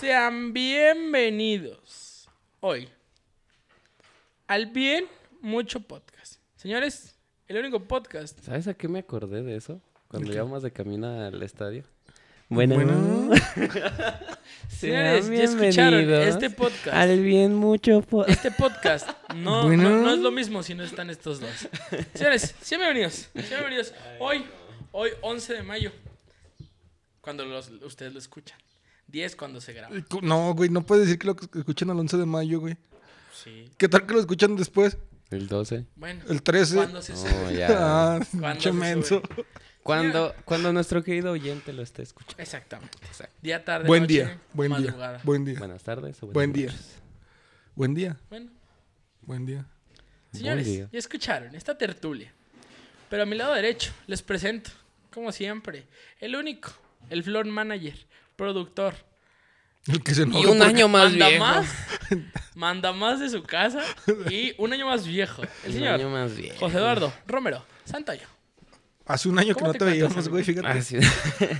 Sean bienvenidos hoy al Bien Mucho Podcast. Señores, el único podcast. ¿Sabes a qué me acordé de eso? Cuando íbamos de camino al estadio. Bueno, Bueno. Señores, ya escucharon bienvenidos este podcast. al bien mucho po- Este podcast no, Bueno. no, no es lo mismo si no están estos dos. Señores, sean bienvenidos. Sean bienvenidos. Hoy, hoy 11 de mayo, cuando los, ustedes lo escuchan. 10 cuando se graba. Cu- eh, No, güey, no puedes decir que lo escuchan al 11 de mayo, güey. Sí. ¿Qué tal que lo escuchan después? el 12. Bueno, El ¿eh? 13. cuando se No, sube. ya. Ah, ¿Cuándo pinche se menso. Cuando cuando nuestro querido oyente lo esté escuchando. Exactamente. Exacto. Día, tarde, Buen noche, día, buen madrugada. día, buen día. Buenas tardes o buenas Buen día. noches. Buen día, Bueno, buen día. señores, día. ya escucharon esta tertulia. Pero a mi lado derecho les presento, como siempre, el único, el floor manager, productor. El que se enoja. Y un porque- año más manda viejo. más, manda más de su casa y un año más viejo. El Un señor año más viejo. José Eduardo Romero Santoyo. Hace un año que ¿Cómo no te te, encuentras, veíamos, güey, fíjate. Ah, sí.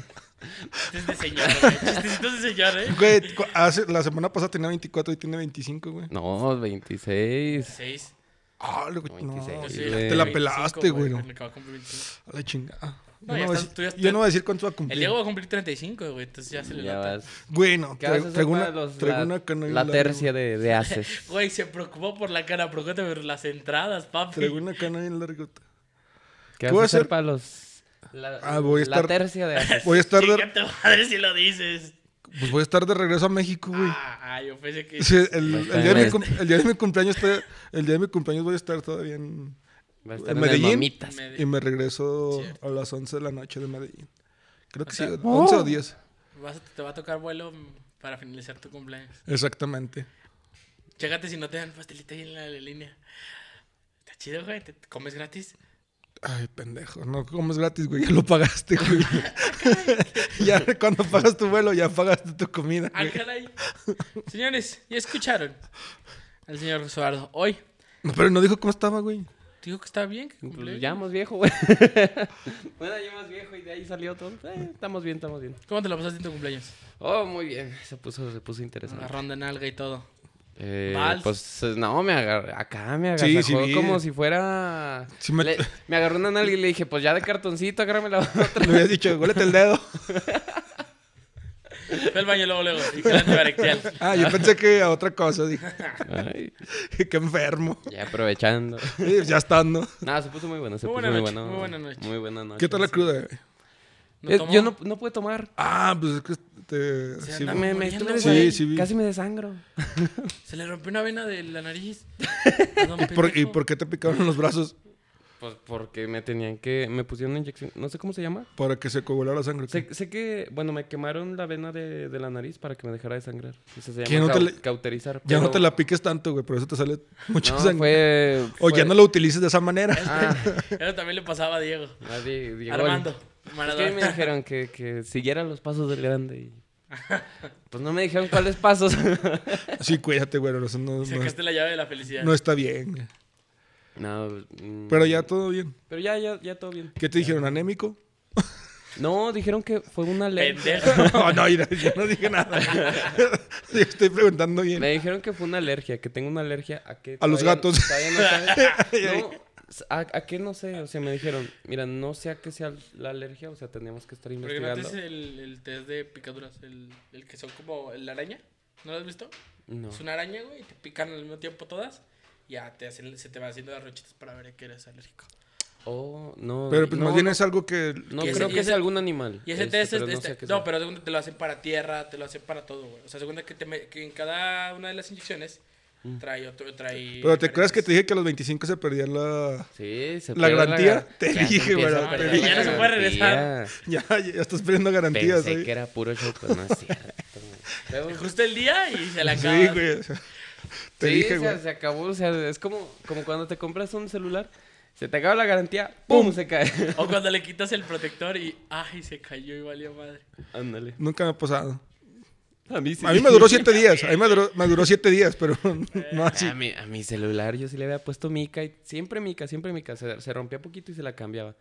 Chistes de señor, güey. Chistecitos de señor, ¿eh? Güey, cu- hace- la semana pasada tenía 24 y tiene 25, güey. No, 26. Seis. Ah, lo- no, 26, Yo Sí, soy güey. el te la 25, pelaste, güey. no. el que va a cumplir 25. A la chingada. Yo No, No, ya voy a estás- tú ya decir- estás- yo no voy a decir cuánto va a El cumplir. Diego va a cumplir 35, güey, entonces ya se le Ya nota. vas. Güey, no, ¿Qué vas a traigo, hacer traigo para una, los- traigo la, una canola. la tercia de, de haces. Güey, se preocupó por la cara, preocúpate por las entradas, papi. Traigo una cana bien larga. ¿Qué ¿Qué vas voy a a hacer hacer? para los... La, Ah, voy a la estar- tercia de haces. Voy a estar de, Chíngate madre si lo dices. pues voy a estar de regreso a México, güey. Ah, yo pensé que... Sí, el, Va a el estar día en de mi el- cum- el día de mi cumpleaños estoy- el día de mi cumpleaños voy a estar todavía en Va a en estar en el Medellín. Mamitas. Me- y me regreso Cierto. a las 11 de la noche de Medellín. Creo que O sea- sí, 11 o ¡oh! 10. Vas a- te va a tocar vuelo mm, para finalizar tu cumpleaños. Exactamente. Chécate si no te dan pastelita ahí en la, la línea. Está chido, güey. ¿Te te comes gratis? Ay, pendejo, no comes gratis, güey, ya lo pagaste, güey. ya cuando pagas tu vuelo, ya pagaste tu comida. ¡Ah, güey. caray! Señores, ya escucharon al señor José Eduardo. Hoy, No, pero no dijo cómo estaba, güey. digo que está bien que cumple. Pues ya más viejo, güey. bueno, ya más viejo y de ahí salió todo. Eh, estamos bien, estamos bien. ¿Cómo te lo pasaste en tu cumpleaños? Oh, muy bien. Se puso, se puso La interesante. ronda en alga y todo. Eh, Vals. pues eh, no, me agarré. Acá me agarré. Sí, sí vi. como si fuera. Sí me- Le- me agarró una nalga y le dije, pues ya de cartoncito, agárrame la otra. Le habías dicho, golete el dedo. Fue al baño luego, luego. Y que la antibarectial. Ah, yo pensé que a otra cosa, dije, Ay, qué enfermo. ya aprovechando. Sí, ya estando. No, se puso muy bueno. Se Muy puso buena muy noche, bueno. muy buena noche. Muy buena noche. ¿Qué tal la cruda, güey? ¿No Eh, tomó? yo no, no pude tomar. Ah, pues es que te. Se sí, anda- Me, me muriendo, estuve güey. des- Sí, sí vi. Casi me desangro. Se le rompió una vena de la nariz. ¿Y por, ¿Y por qué te picaron los brazos? Pues porque me tenían que. Me pusieron una inyección. No sé cómo se llama. Para que se coagulara la sangre. Sé, sé que, bueno, me quemaron la vena de, de la nariz para que me dejara de sangrar. Eso se Que llama no te cau- le- cauterizar. ya no pero- te la piques tanto, güey, por eso te sale mucha No, sangre. fue, O fue- ya no la utilices de esa manera. Ah, Eso también le pasaba a Diego. ah, di- llegó el- Armando. Es que Maradona. a mí me dijeron que, que siguiera los pasos del grande. y- Pues no me dijeron cuáles pasos. Sí, cuídate, güey, eso no, no es- Sacaste la llave de la felicidad. no está bien. güey. no. mm, Pero ya todo bien. Pero ya, ya, ya todo bien. ¿Qué te dijeron? ¿Anémico? No, dijeron que fue una alergia. Pendejo. no, no, mira, yo no dije nada. Yo estoy preguntando bien. Me dijeron que fue una alergia, que tengo una alergia a que... A los todavía- gatos. todavía no sabe- no, a, a qué no sé, o sea, me dijeron, mira, no sé a qué sea la alergia, o sea, tenemos que estar Porque no te investigando. haces el, el test de picaduras, el, el que son como la araña. ¿No lo has visto? No. Es una araña, güey, y te pican al mismo tiempo todas. y Ya te hacen, se te va haciendo las rochitas para ver a qué eres alérgico. Oh, no. Pero pues no, más bien no, es algo que. no Y ese- creo y que ese- sea algún animal. Y ese este, test es- pero no este- sé qué no, sea. pero según te lo hacen para tierra, te lo hacen para todo, güey. O sea, según que, te me- que en cada una de las inyecciones Mm. trae otro, trae. Pero te acuerdas crees que te dije que a los 25 se perdía la. Sí, se La pierde garantía, gar- te Ya se dije, empieza bueno, a te perder dije. la Ya no se puede regresar. garantía. Ya, ya estás perdiendo garantías, ¿eh? Pensé güey. que era puro show, pues no es cierto. Luego- Justo el día y se la acaba. Sí, güey. o sea, Te sí, dije, o güey. sea, se acabó. O sea, es como, como cuando te compras un celular, se te acaba la garantía, ¡pum! Se cae. O cuando le quitas el protector y. ¡Ay! Se cayó y valió madre. Ándale. Nunca me ha pasado. A mí sí. A mí me duró siete días. A mí me duró, me duró siete días, pero no así. A Ah, mi, a mi celular yo sí le había puesto mica y siempre mica, siempre mica. Se, se rompía poquito y se la cambiaba.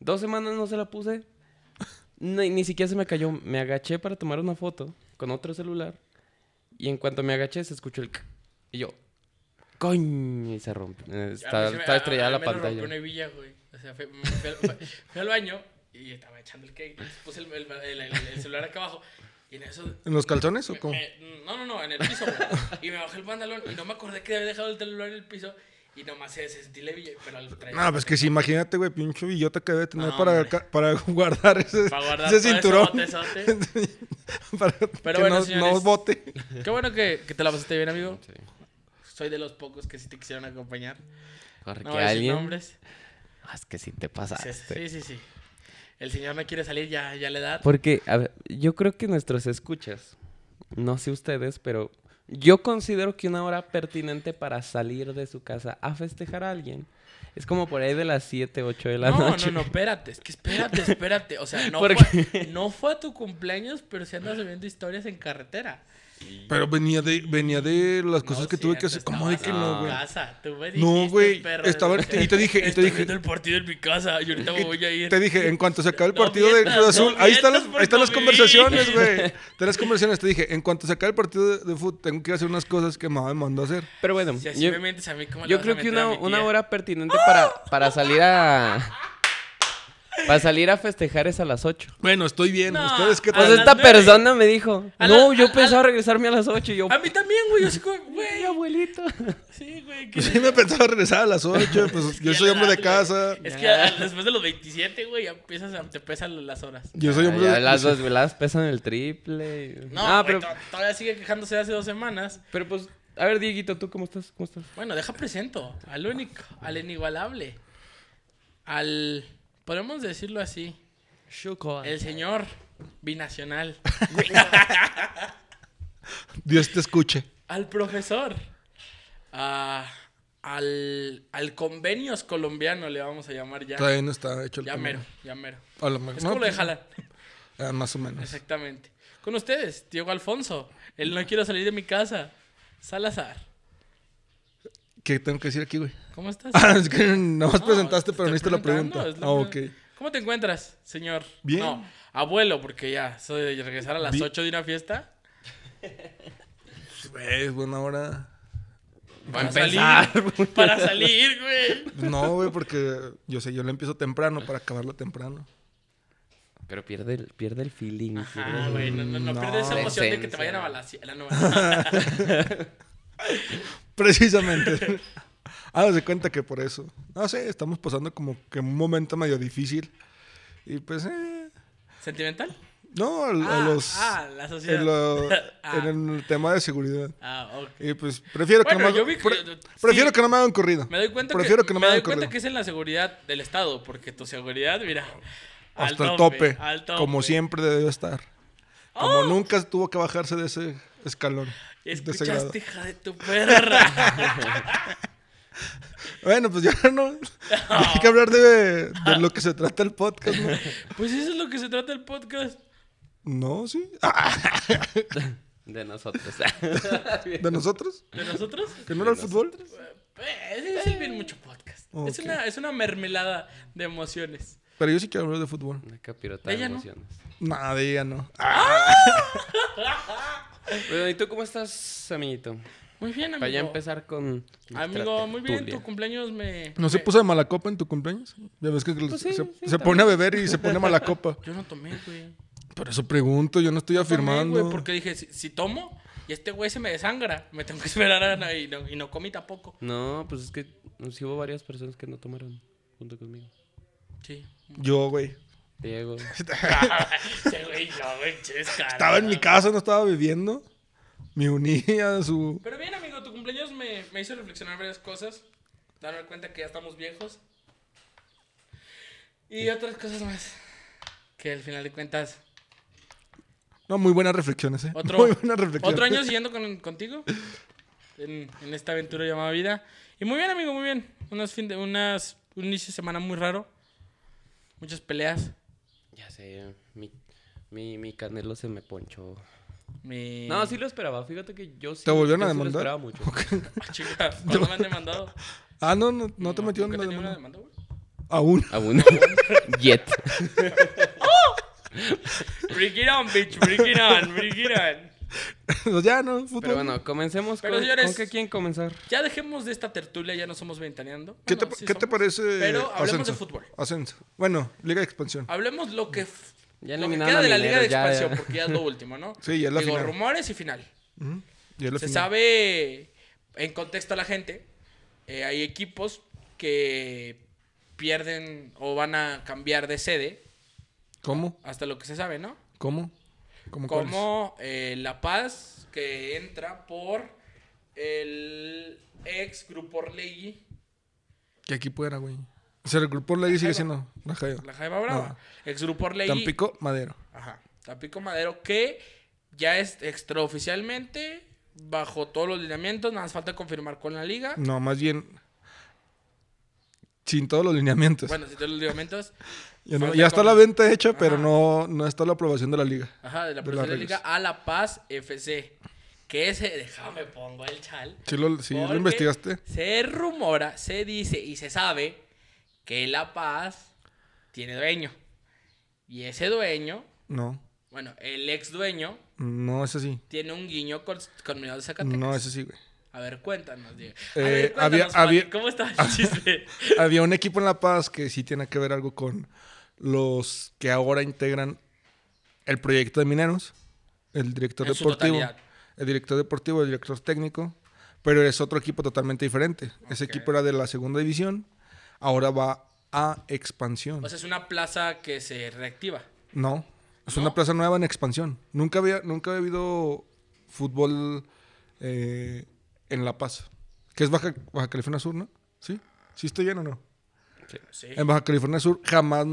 Dos semanas no se la puse. Ni, ni siquiera se me cayó. Me agaché para tomar una foto con otro celular. Y en cuanto me agaché, se escuchó el... c- Y yo... Coño, y se rompió. eh, A mí Está, se me- está a- estrellada a mí me la lo rompió pantalla. una hebilla, güey. O sea, fue- me- fui, al- fue- fui al baño y estaba echando el cake. Puse el, el- el- el- el celular acá abajo. Y en eso. ¿En los calzones o me- cómo? me- no, no, no, en el piso, güey. Y me bajé el pantalón y no me acordé que había dejado el celular en el piso. Y nomás se, se sentí la hebilla, pero al traer. No, pues que sí, imagínate, güey, pinche billota que debe tener No, para, hombre. ca- para guardar ese, Para guardar ese todo cinturón. ese botezote. para Pero que bueno, no, no señores. bote. Qué bueno que, que te la pasaste bien, amigo. Sí. Soy de los pocos que sí te quisieron acompañar. Porque No voy a decir alguien... nombres. Ah, es que sí te Sí, pasaste. sí, sí, sí. El señor no quiere salir ya, ya le da. Porque a ver, yo creo que nuestros escuchas, no sé ustedes, pero yo considero que una hora pertinente para salir de su casa a festejar a alguien es como por ahí de las 7, 8 de la no, noche. no, no, espérate, es que espérate, espérate. O sea, no, ¿Por fue, no fue a tu cumpleaños, pero se andas subiendo historias en carretera. Pero venía de, venía de las cosas No, que sí, tuve que tú hacer. ¿Cómo de que estabas en no, tu güey? casa, tú me No, dijiste, güey, perro, estaba- desgraciado, y te dije- y te "Estoy dije- viendo el partido en mi casa y ahorita me voy a ir. Te dije, en cuanto se acabe el No partido de mientas, Cruz Azul, no ahí están las, mientas ahí están por las convivir. conversaciones, güey. Están las conversaciones. Te dije, en cuanto se acabe el partido de, de fútbol, tengo que ir a hacer unas cosas que mamá me mandó a hacer. Pero bueno, Si así yo, me mientes a mí, ¿cómo le yo vas a creo que mentir a una, mi una tía? hora pertinente para, para salir a... Para salir a festejar es a las 8. Bueno, estoy bien. No, ¿Ustedes qué a Pues tal? las esta nueve. persona me dijo, A no, la- yo a- a- pensaba regresarme a las 8 y yo, A mí también, güey, yo soy como, güey, "Ay, abuelito. sí, güey. que- Pues sí me pensaba regresar a las 8, pues que yo ya soy le hombre de das, casa. güey. Es que a- después de los 27, güey, ya empiezas a, te pesan las horas. Yo soy Ya- hombre ya de las casa. dos veladas pesan el triple. No, Ah, güey, pero, to- todavía sigue quejándose de hace dos semanas. pero pues, a ver, Dieguito, ¿tú cómo estás? ¿Cómo estás? Bueno, deja presento al único, al inigualable, al, podemos decirlo así, Eh, el señor binacional, Dios te escuche. al profesor, a- al, al convenios colombiano le vamos a llamar ya. Todavía no está hecho el Ya camino. mero, ya mero. A lo mejor. Es no, como lo de pues, Haaland. ah, más o menos. Exactamente. Con ustedes, Diego Alfonso, el no quiero salir de mi casa, Salazar. ¿Qué tengo que decir aquí, güey? ¿Cómo estás? Ah, es que nada más No, presentaste, te pero no estoy hiciste la preguntando, pregunta. es Ah, lo ok. que- ¿Cómo te encuentras, señor? Bien. No, abuelo, porque ya, soy de regresar a las Bi- 8 de una fiesta. Pues, güey, es buena hora. Para empezar, salir, para salir, güey. No, güey, porque yo sé, yo la empiezo temprano para acabarla temprano. Pero pierde el, pierde el feeling. pierde Ajá, el- güey, no, no, no, No. pierdes esa emoción de que te Esencia. vayan a balasear. Ah, no, no. Precisamente. Hágase de cuenta que por eso. No sé, estamos pasando como que un momento medio difícil. Y pues, eh, ¿Sentimental? no, a, a ah, los. ah, la sociedad. en, lo- Ah. en el tema de seguridad. Ah, ok. Y pues, prefiero que Bueno, no me yo hagan- vi que- pre- sí. prefiero que no me hagan corrido. Me doy cuenta, prefiero que, que no me me, doy hagan cuenta corrido. que es en la seguridad del Estado, porque tu seguridad, mira. al Hasta el tope, al Como tope. Oh. siempre debió estar. Como nunca tuvo que bajarse de ese escalón. de ese grado. Escuchaste, hija de tu perra. Bueno, pues ya no. Ah. Hay que hablar de, de lo que se trata el podcast, ¿no? pues eso es lo que se trata el podcast. No, sí. Ah, De nosotros. ¿De nosotros? ¿De nosotros? ¿Que no era el fútbol? Eh, Ese es el bien mucho podcast. Es, Ok. una, es una mermelada de emociones. Pero yo sí quiero hablar de fútbol. Una capirotada de Ella no. emociones. Nada, de ella no. Bueno, ¿y tú cómo estás, amiguito? Muy bien, amigo. Para ya empezar con. nuestra Amigo, muy bien, tertulia. tu cumpleaños me... ¿No se me- puso de mala copa en tu cumpleaños? Ya ves que Pues los- sí, se, sí, se pone a beber y se pone a mala copa. Yo no tomé, güey. Por eso pregunto, yo no estoy Tomé, güey, afirmando. porque dije, si, si tomo y este güey se me desangra, me tengo que esperar a la- y no, y no comí tampoco. No, pues es que sí hubo varias personas que no tomaron junto conmigo. Sí. Yo, güey. Diego. Ese güey, no, güey, chesca. Estaba en mi casa, no estaba bebiendo. Me unía a su. Pero bien, amigo, tu cumpleaños me, me hizo reflexionar varias cosas. Darme cuenta que ya estamos viejos. Y otras cosas más. Que al final de cuentas. No, muy buenas reflexiones, ¿eh? Otro, muy buenas reflexiones. otro año siguiendo con- contigo. En, en esta aventura llamada vida. Y muy bien, amigo, muy bien. Unas fin de, unas, un inicio de semana muy raro. Muchas peleas. Ya sé, mi, mi, mi canelo se me ponchó. Mi... No, sí lo esperaba. Fíjate que yo sí. ¿Te volvieron yo a sí lo demandar? esperaba mucho. Ah, chica, ¿cuándo me han demandado? Ah, no, no, no te metieron ¿Nunca en te la dieron una demanda, demanda. güey? Aún. Aún. Yet. Bring it on, bitch, bring it on, bring it on. Pues ya, ¿no? Fútbol. Pero bueno, comencemos Pero, con, señores, ¿con qué quieren comenzar? Ya dejemos de esta tertulia, ya no somos ventaneando. ¿Qué, Bueno, te, sí ¿qué te somos. parece? Pero hablemos ascenso? de fútbol. Ah, Ascenso. Bueno, Liga de Expansión. Hablemos lo que, f- Ya lo que eliminaron queda a de la Liga Mineros, de ya- Expansión, porque ya es lo último, ¿no? Sí, ya es la Digo, final. rumores y final. Ujú. Y es la Se final. sabe, en contexto a la gente, eh, hay equipos que pierden o van a cambiar de sede, ¿Cómo? hasta lo que se sabe, ¿no? ¿Cómo? ¿Cómo? cuáles? Como eh, La Paz, que entra por el ex Grupo Orlegui, ¿Qué equipo era, güey? O sea, el grupo Ley sigue siendo la Jaiba. la Jaiba Brava. Ex Grupo Orlegui. Ah. Tampico, Madero. Ajá. Tampico Madero, que ya es extraoficialmente, bajo todos los lineamientos, nada más falta confirmar con la liga. No, más bien. Sin todos los lineamientos. Bueno, si todos los lineamientos. ya, no- falta ya está con- la venta hecha, pero Ajá. no, no está la aprobación de la liga. Ajá, de la De Profesional las Liga reglas. a La Paz FC. Que ese, déjame pongo el chal. ¿Sí lo, sí lo porque investigaste? Se rumora, se dice y se sabe que La Paz tiene dueño. Y ese dueño, No. bueno, el ex dueño, No es así. tiene un guiño con, con Mineros de Zacatecas. No es así, güey. A ver, cuéntanos, Diego. A Eh, ver, cuéntanos, había- Juan, había- ¿cómo estaba el chisme? Había un equipo en La Paz que sí tiene que ver algo con los que ahora integran el proyecto de Mineros, el director En su deportivo, totalidad. el director deportivo, el director técnico, pero es otro equipo totalmente diferente. Ese Ok. equipo era de la segunda división, ahora va a expansión. O sea, es una plaza que se reactiva. no, es ¿No? una plaza nueva en expansión. Nunca había, nunca había habido fútbol eh, en La Paz, que es Baja, Baja California Sur, ¿no? ¿Sí? ¿Sí estoy bien o no? Sí. En Baja California Sur jamás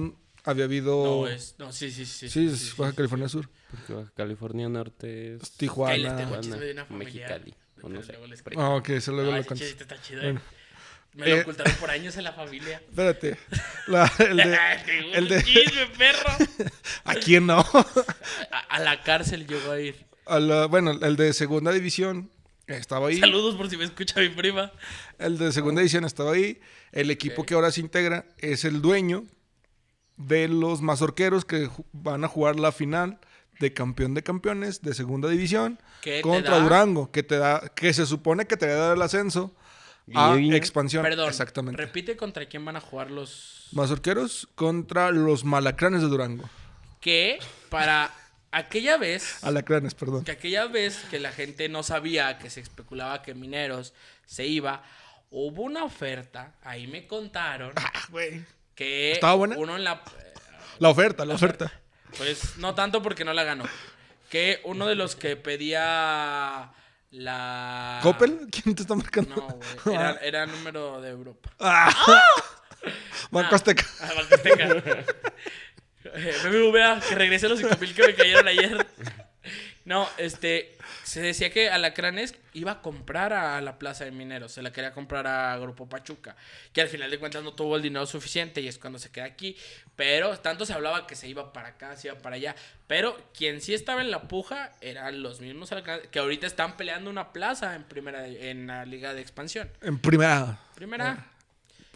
había habido. No, es. No, sí, sí, sí. sí, es Baja California Sur. Porque Baja California Norte Que es... les tengo Tijuana. un chisme de una familia. Mexicali, o no Pero sé. luego les Ah, ok, eso luego Ah, lo ese conté. chiste está chido, eh. Bueno. Me lo Eh, ocultaron por años en la familia. Espérate. La- el de, el el de... de- chisme, perro! ¿A quién no? A, a la cárcel llegó a ir. A la- bueno, el de segunda división estaba ahí. Saludos por si me escucha mi prima. El de segunda división estaba ahí. El equipo Ok. que ahora se integra es el dueño de los mazorqueros que ju- van a jugar la final de campeón de campeones de segunda división ¿Qué te contra da? Durango, que te da, que se supone que te va a dar el ascenso a Guiño, guiño. expansión. Perdón. Exactamente. Repite contra quién van a jugar los. Mazorqueros contra los malacranes de Durango. Que para aquella vez. Alacranes, perdón. Que aquella vez que la gente no sabía, que se especulaba que Mineros se iba, hubo una oferta. Ahí me contaron que. Ah, ¿Estaba buena? Uno en la. La oferta, la oferta. Pues no tanto porque no la ganó. Que uno de los que pedía la. ¿Coppel? ¿Quién te está marcando? Ah. No, güey. Era, era número de Europa. Banco Azteca. Ah, Banco Azteca. Eh, BBVA, que regresé los 5 mil que me cayeron ayer. No, este. Se decía que Alacranes iba a comprar a la Plaza de Mineros. Se la quería comprar a Grupo Pachuca. Que al final de cuentas no tuvo el dinero suficiente y es cuando se queda aquí. Pero tanto se hablaba que se iba para acá, se iba para allá. Pero quien sí estaba en la puja eran los mismos Alacranes que ahorita están peleando una plaza en, primera, en la Liga de Expansión. En primera. Primera.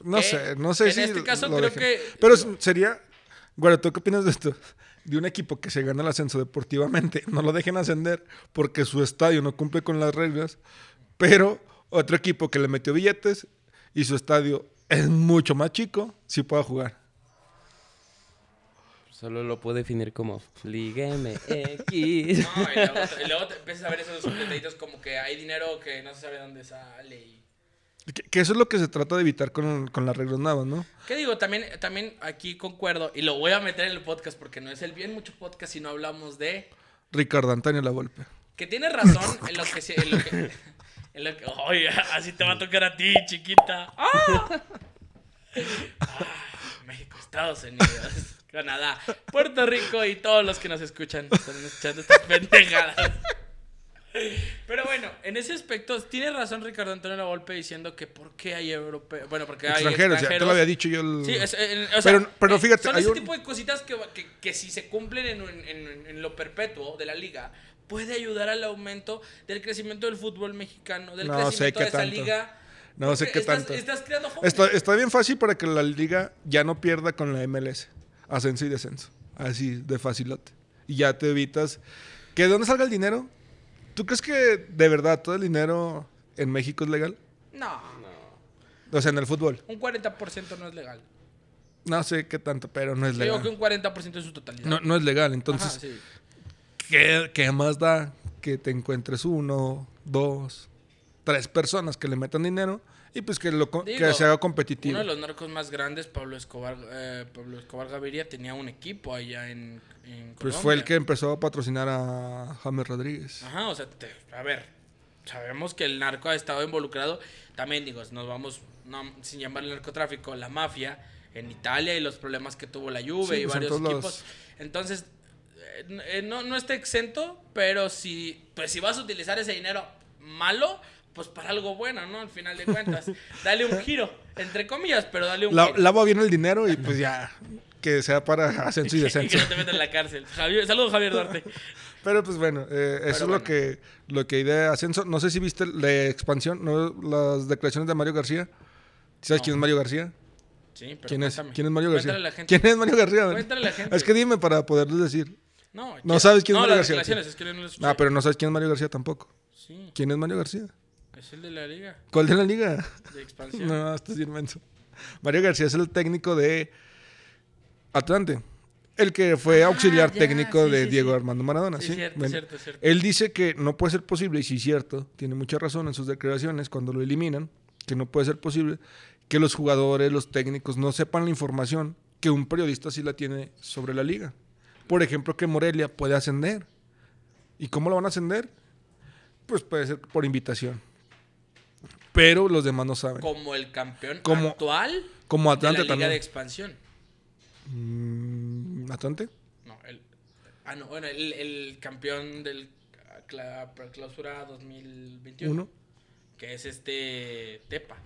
No Que- sé, no que sé Eh, en si. este caso lo creo dejen. que- Pero digo- sería. Bueno, ¿tú qué opinas de esto? De un equipo que se gana el ascenso deportivamente, no lo dejen ascender porque su estadio no cumple con las reglas, pero otro equipo que le metió billetes y su estadio es mucho más chico, sí pueda jugar. Solo lo puedo definir como Liga No, MX. y luego, te- y luego te empiezas a ver esos detallitos como que hay dinero que no se sabe dónde sale. y- Que, que eso es lo que se trata de evitar con, con las reglas nada, ¿no? ¿Qué digo? También, también aquí concuerdo, y lo voy a meter en el podcast porque no es el bien mucho podcast si no hablamos de... Ricardo Antonio La Volpe. Que tienes razón en lo que... se- En lo que, en lo que- ¡Ay! Así te va a tocar a ti, chiquita. ¡Ah! Ah, México, Estados Unidos, Canadá, Puerto Rico y todos los que nos escuchan. Están escuchando estas pendejadas. Pero bueno, en ese aspecto tiene razón Ricardo Antonio Lavolpe diciendo que por qué hay europeos. Bueno, porque hay Extranjeros, extranjeros. ya te lo había dicho yo. el- Sí, es- en- o sea, Pero- pero eh, fíjate, son hay ese un- tipo de cositas que, va- que, que si se cumplen en, un- en- en lo perpetuo de la liga, puede ayudar al aumento del crecimiento del fútbol mexicano, del No sé crecimiento qué de esa tanto. liga. No sé Porque qué estás- tanto. Estás creando jóvenes. Está, está bien fácil para que la liga ya no pierda con la MLS. Ascenso y descenso. Así de facilote. Y ya te evitas. ¿Que de dónde salga el dinero? ¿Tú crees que de verdad todo el dinero en México es legal? No, O sea, en el fútbol. un 40% no es legal. No sé qué tanto, pero no es Yo digo legal. que un 40% es su totalidad. No, no es legal, entonces, Ajá, sí. ¿qué, qué más da que te encuentres uno, dos, tres personas que le metan dinero y pues que, lo, co- Digo, que se haga competitivo? Uno de los narcos más grandes, Pablo Escobar, eh, Pablo Escobar Gaviria, tenía un equipo allá en, en Pues Colombia. fue el que empezó a patrocinar a James Rodríguez. Ajá, o sea, te- a ver, sabemos que el narco ha estado involucrado. También, digo, nos vamos, no, sin llamar el narcotráfico, la mafia en Italia y los problemas que tuvo la Juve Sí, y pues, en varios todos equipos. lados. Entonces, eh, n- eh, no, no está exento, pero si, pues si vas a utilizar ese dinero malo, pues para algo bueno, ¿no? Al final de cuentas, dale un giro, entre comillas, pero dale un La- giro. lava bien el dinero y pues ya, que sea para ascenso y Y que descenso. no te metan en la cárcel. Javier- saludos, Javier Duarte. Pero pues bueno, eh, eso es bueno. lo que lo que hay de ascenso. No sé si viste la expansión, ¿no? las declaraciones de Mario García. ¿Sabes quién es Mario García? Sí, pero ¿Quién es, cuéntame. ¿Quién es Mario García? Cuéntale a la gente. ¿Quién es Mario García? Cuéntale a la gente. Es que dime para poderles decir. No, No sabes quién es no, Mario las García. declaraciones, es que yo no las Ah, escuché. pero no sabes quién es Mario García tampoco. Sí, ¿Quién es Mario García? es el de la liga ¿Cuál de la liga? de expansión. No, estás bien menso. Mario García es el técnico de Atlante. El que fue Ah, auxiliar ya, técnico sí, de sí, Diego sí. Armando Maradona. Sí, Sí, cierto, Bueno, cierto, cierto. Él dice que no puede ser posible, y sí, cierto, tiene mucha razón en sus declaraciones cuando lo eliminan, que no puede ser posible que los jugadores, los técnicos no sepan la información que un periodista sí la tiene sobre la liga. Por ejemplo, que Morelia puede ascender. ¿Y cómo lo van a ascender? Pues puede ser por invitación. Pero los demás no saben. Como el campeón Como- actual Como de la Atlante liga también. de expansión. Mm, ¿Atlante? No, el, ah, no, bueno, el, el campeón del cla- clausura 2021. ¿Uno? Que es este Tepa.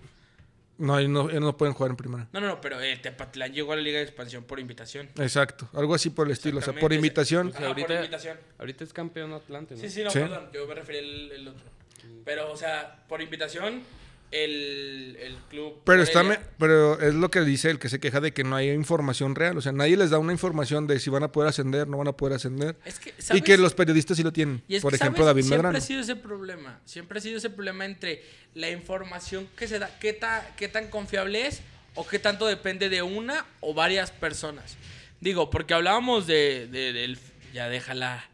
No, ellos no, ellos no pueden jugar en primera. No, no, no, pero el Tepatlán llegó a la liga de expansión por invitación. Exacto, algo así por el estilo. O sea, por Exactamente, invitación. Ah, por ahorita- invitación. Ahorita es campeón Atlante, ¿no? Sí, sí, no, Sí. perdón, yo me referí al al otro. Pero, o sea, por invitación, el, el club. Pero, está, Morelia- me- pero es lo que dice el que se queja de que no hay información real. O sea, nadie les da una información de si van a poder ascender, no van a poder ascender. Es que, Y ¿sabes? que los periodistas sí lo tienen. Y es Por que, ejemplo, ¿sabes? David Siempre Medrano. ha sido ese problema. Siempre ha sido ese problema entre la información que se da, qué, ta- qué tan confiable es o qué tanto depende de una o varias personas. Digo, porque hablábamos de, de- del... Ya déjala.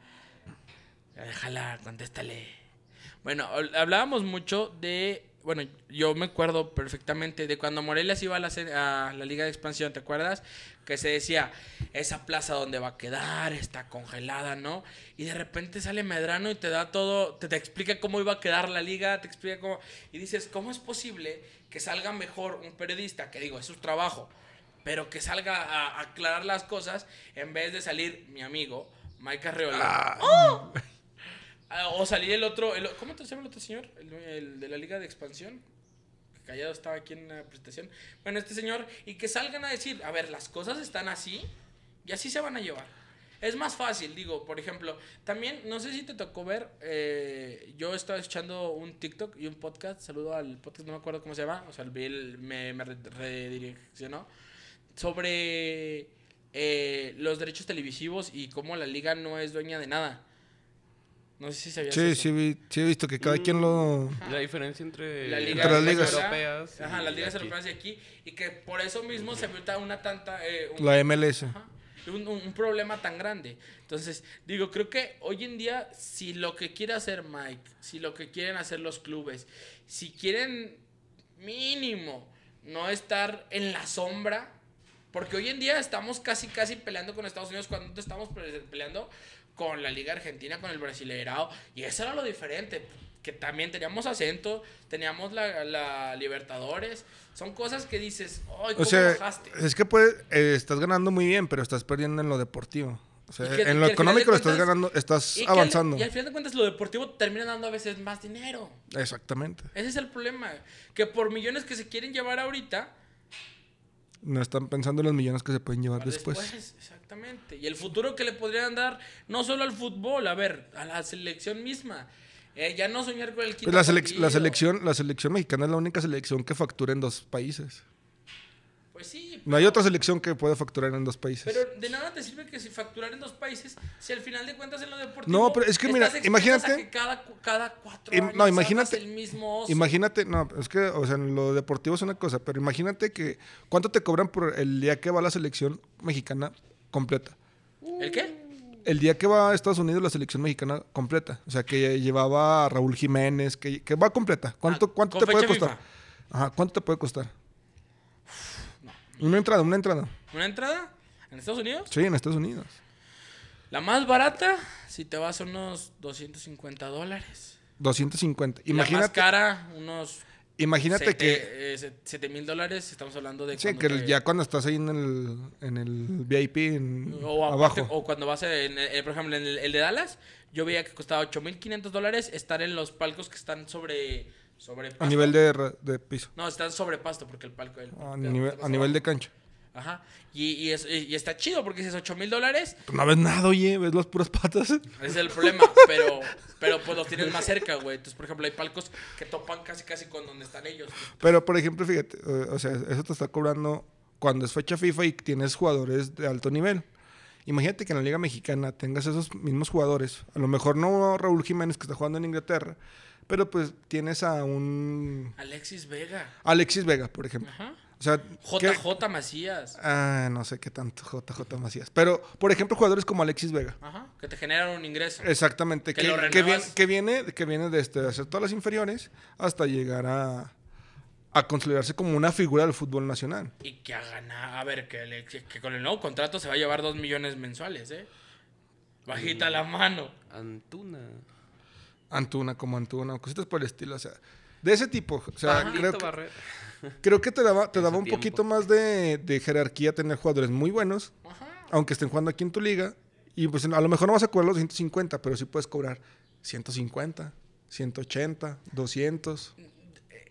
Ya déjala, contéstale. Bueno, hab- hablábamos mucho de... Bueno, yo me acuerdo perfectamente de cuando Morelia se iba a la, se- a la Liga de Expansión, ¿te acuerdas? Que se decía, esa plaza donde va a quedar está congelada, ¿no? Y de repente sale Medrano y te da todo, te, te explica cómo iba a quedar la liga, te explica cómo... Y dices, ¿cómo es posible que salga mejor un periodista? Que digo, es su trabajo, pero que salga a aclarar las cosas en vez de salir mi amigo, Mike Arreola. ¡Oh! Ah, O salir el otro, el o- ¿cómo te llama el otro señor? El, el de la liga de expansión. Callado estaba aquí en la presentación. Bueno, este señor, y que salgan a decir, a ver, las cosas están así y así se van a llevar. Es más fácil, digo, por ejemplo, también, no sé si te tocó ver, eh, yo estaba escuchando un TikTok y un podcast, saludo al podcast, no me acuerdo cómo se llama, o sea, vi el- me, me redireccionó, sobre eh, los derechos televisivos y cómo la liga no es dueña de nada. No sé si sabías Sí, eso. Mm. sí, vi- sí he visto que cada quien lo... La diferencia entre, La liga Entre las española, ligas. europeas. Ajá, y las ligas aquí. europeas y aquí. Y que por eso mismo se vio ta- una tanta. eh, un- La MLS. Ajá. Un, un- un problema tan grande. Entonces, digo, creo que hoy en día, si lo que quiere hacer Mike, si lo que quieren hacer los clubes, si quieren mínimo no estar en la sombra, porque hoy en día estamos casi, casi peleando con Estados Unidos cuando antes estábamos pe- peleando con la Liga Argentina, con el Brasileirao, y eso era lo diferente. Que también teníamos acento, teníamos la, la Libertadores. Son cosas que dices, ¡ay, O cómo sea, bajaste! es que pues eh, estás ganando muy bien, pero estás perdiendo en lo deportivo. O sea, Y que- y en que al final lo de económico lo estás cuentas- ganando, estás Y que al- avanzando. y al final de cuentas, lo deportivo termina dando a veces más dinero. Exactamente. Ese es el problema. Que por millones que se quieren llevar ahorita, No están pensando en los millones que se pueden llevar para pues después. Ah, después. Exactamente. Y el futuro que le podrían dar, no solo al fútbol, a ver, a la selección misma. Eh, ya no soñar con el quinto Pues la, selec- partido. la selección, la selección mexicana es la única selección que factura en dos países. Pues sí. No hay otra selección que pueda facturar en dos países. Pero de nada te sirve que si facturar en dos países, si al final de cuentas en lo deportivo. No, pero es que mira, estás expuestas imagínate- a que cada, cu- cada cuatro Im- años no, hagas imagínate- el mismo oso. Imagínate, no, es que, o sea, en lo deportivo es una cosa, pero imagínate que cuánto te cobran por el día que va la selección mexicana completa. ¿El qué? El día que va a Estados Unidos la selección mexicana completa. O sea, que llevaba a Raúl Jiménez, que, que va completa. ¿Cuánto, Ah, cuánto con te puede fecha costar? Ajá, ¿cuánto te puede costar? Una entrada, una entrada. ¿Una entrada? ¿En Estados Unidos? Sí, en Estados Unidos. La más barata, si te vas a unos 250 dólares. 250. La más Imagínate, cara, unos. imagínate que, sete- eh, se- siete mil dólares, estamos hablando de. sí, cuando que te- ya cuando estás ahí en el, en el VIP, en- O, abajo. aparte- o cuando vas, a- en, el- eh, por ejemplo, en el, el de Dallas, yo veía que costaba 8.500 dólares estar en los palcos que están sobre, sobre pasto. a nivel de, ra- de piso. No, están sobre pasto porque el palco... el- A el- nivel, está a más nivel de abajo. cancha. Ajá. Y, y, es- y- y está chido porque dices 8.000 dólares, Pues No ves nada, oye, ves las puras patas. ese es el problema, pero, pero pues los tienes más cerca, güey. Entonces, por ejemplo, hay palcos que topan casi casi con donde están ellos. Pero, por ejemplo, fíjate, eh, o sea, eso te está cobrando cuando es fecha FIFA y tienes jugadores de alto nivel. Imagínate que en la Liga Mexicana tengas esos mismos jugadores. A lo mejor no Raúl Jiménez, que está jugando en Inglaterra, pero pues tienes a un Alexis Vega. Alexis Vega, por ejemplo. Ajá. O sea, ¿qué- JJ Macías. Ah, no sé qué tanto JJ Macías. Pero, por ejemplo, jugadores como Alexis Vega. Ajá. Que te generan un ingreso. Exactamente, Que que, lo que renuevas. vien- que viene, que viene desde hacer todas las inferiores hasta llegar a, a consolidarse como una figura del fútbol nacional. Y que a ganar, a ver, que, le- que- que con el nuevo contrato se va a llevar dos millones mensuales, ¿eh? Bajita la mano. Antuna. Antuna como Antuna, cositas por el estilo, o sea, de ese tipo. O sea, Ah, Pablito creo que, Barrera. creo que te daba, te En daba su un tiempo. poquito más de, de jerarquía tener jugadores muy buenos, Ajá. aunque estén jugando aquí en tu liga. Y pues a lo mejor no vas a cobrar los 150, pero sí puedes cobrar 150, 180, 200.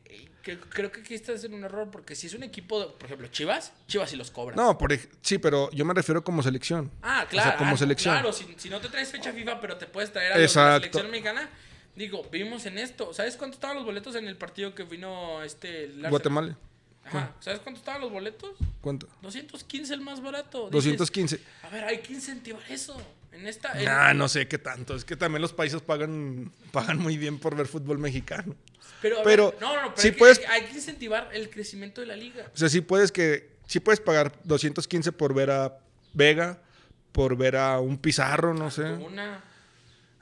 Y que- creo que aquí estás en un error porque si es un equipo, de- por ejemplo, Chivas, Chivas sí los cobra. No, por, ej- sí, pero yo me refiero como selección. Ah, claro. O sea, como ah, selección. Claro, si, si no te traes fecha FIFA, pero te puedes traer a los de la Exacto. selección mexicana. Digo, vimos en esto. ¿Sabes cuánto estaban los boletos en el partido que vino este... el Arsenal? Guatemala. Ajá. ¿Sabes cuánto estaban los boletos? ¿Cuánto? 215 el más barato. Dices, 215. A ver, hay que incentivar eso. En esta... en- Ah, no sé qué tanto. Es que también los países pagan, pagan muy bien por ver fútbol mexicano. Pero, a Pero, ver, no, no, no, pero sí hay, que, puedes- hay- hay que incentivar el crecimiento de la liga. O sea, sí puedes que sí puedes pagar 215 por ver a Vega, por ver a un Pizarro, Ah, no sé, Una.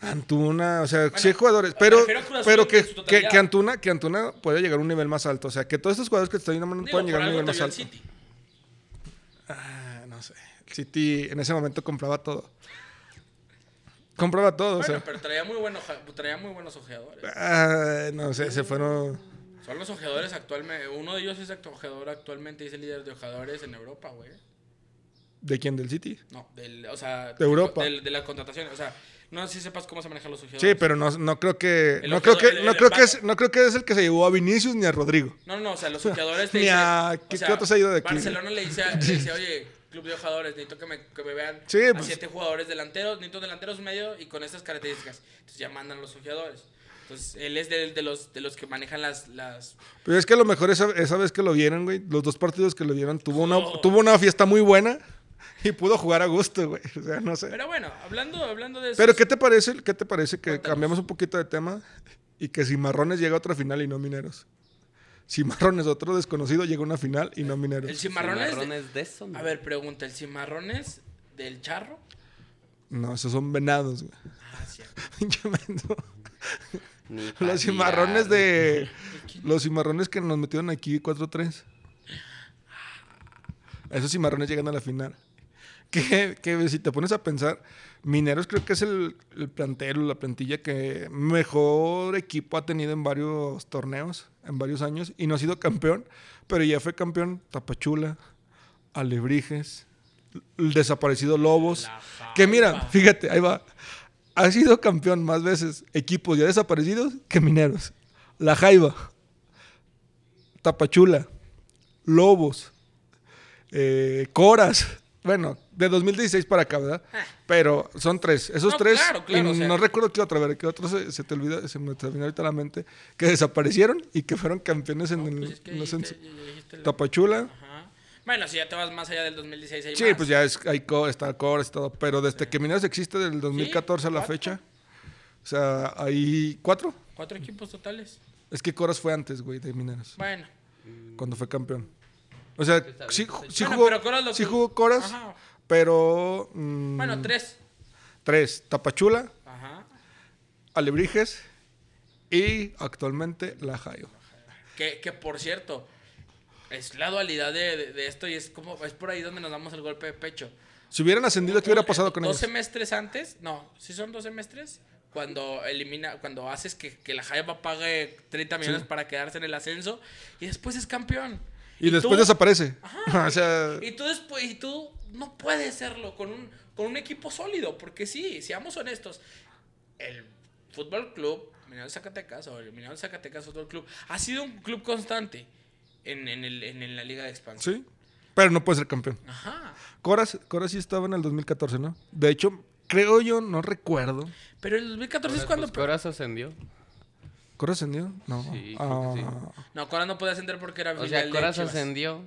Antuna, o sea, sí hay Bueno, jugadores, me pero refiero a Cruz Azul pero en que, su totalidad. que, que Antuna, que Antuna puede llegar a un nivel más alto, o sea, que todos estos jugadores que te estoy nombrando Digo, pueden llegar por a un algo nivel te más vio el alto. City. Ah, no sé. El City en ese momento compraba todo. Compraba todo, Bueno, o sea. pero traía muy, bueno, oja- traía muy buenos ojeadores. Ah, no sé, se fueron Son los ojeadores actualmente. Uno de ellos es acto- ojeador actualmente y es el líder de ojeadores en Europa, güey. de quién del City. No, del, o sea. De Europa. del- de la contratación. O sea, no sé si sepas cómo se manejan los ojeadores. Sí, pero no, no creo que El no creo ojeador, que el- no el creo que vago. es, no creo que es el que se llevó a Vinicius ni a Rodrigo. No, no, o sea, los ojeadores te Ni dicen- a- o ¿qué- sea, qué otros ha ido de aquí? Barcelona le dice, a- le dice, oye, club de ojeadores, necesito que me, que me vean Sí, a pues. siete jugadores delanteros, necesito delanteros medio y con estas características. Entonces ya mandan los ojeadores. Entonces él es de, de los, de los que manejan las... las... Pero es que a lo mejor esa, esa vez que lo vieron, güey, los dos partidos que lo vieron, tuvo una, Oh. tuvo una fiesta muy buena y pudo jugar a gusto, güey. O sea, no sé. Pero, Pero bueno, hablando, hablando de eso... ¿qué te parece? ¿Qué te parece que Cuéntanos. cambiamos un poquito de tema y que si Marrones llega a otra final y no Mineros? Si Marrones, otro desconocido, llega a una final y no Mineros. El cimarrones... Cimarrones de eso. A ver, pregunta, ¿el cimarrones del charro? No, esos son venados, güey. Ah, cierto. Pinche menso. Los cimarrones de. Los cimarrones que nos metieron aquí 4-3. Esos cimarrones llegan a la final. Que, que si te pones a pensar, Mineros creo que es el, el plantero, la plantilla que mejor equipo ha tenido en varios torneos, en varios años, y no ha sido campeón, pero ya fue campeón Tapachula, Alebrijes, el desaparecido Lobos. La Que mira, jaiba. fíjate, ahí va. Ha sido campeón más veces equipos ya desaparecidos que mineros. La Jaiba, Tapachula, Lobos, eh, Coras. Bueno, de 2016 para acá, ¿verdad? Ah. Pero son tres. Esos No, tres. claro, claro, y o sea. no recuerdo qué otra, a ver, qué otro se, se te olvida, se me terminó ahorita la mente. Que desaparecieron y que fueron campeones en el Pues es que en el dijiste- ascenso. dijiste el- Tapachula, Ajá. Bueno, si ya te vas más allá del 2016, hay Sí, más. pues ya es, hay co- está Cobres y todo. Pero desde que Mineros existe, del 2014 a la cuatro. fecha, o sea, hay cuatro. Cuatro equipos totales. Es que Coras fue antes, güey, de Mineros, Bueno. cuando fue campeón. O sea, sí, sí Bueno, jugó, pero Coras lo sí que- jugó Coras, Ajá. pero... mm, Bueno, tres. Tres, Tapachula, Ajá. Alebrijes y actualmente La Jayo. Que, que por cierto, es la dualidad de, de- de esto y es como, es por ahí donde nos damos el golpe de pecho. Si hubieran ascendido, ¿qué hubiera Un- pasado con Dos ellos? semestres antes, no, si son dos semestres, cuando elimina, cuando haces que, que la Jaiba pague 30 millones para quedarse en el ascenso y después es campeón. Y, después tú- desaparece. Ajá. o sea, Y tú después, y tú no puedes serlo con un, con un equipo sólido, porque sí, seamos honestos, el Fútbol Club Mineros de Zacatecas o el Mineros de Zacatecas Fútbol Club ha sido un club constante en, en el- en- en la Liga de Expansión. sí, pero no puede ser campeón. Ajá. Coras, Coras sí estaba en el 2014, ¿no? De hecho, creo yo, no recuerdo. Pero el 2014 es Entonces, cuando... pues, Coras ascendió. ¿Coras ascendió? No. Sí, creo que Ah, sí. No, Cora no podía ascender porque era O filial sea, de Coras Chivas. ascendió.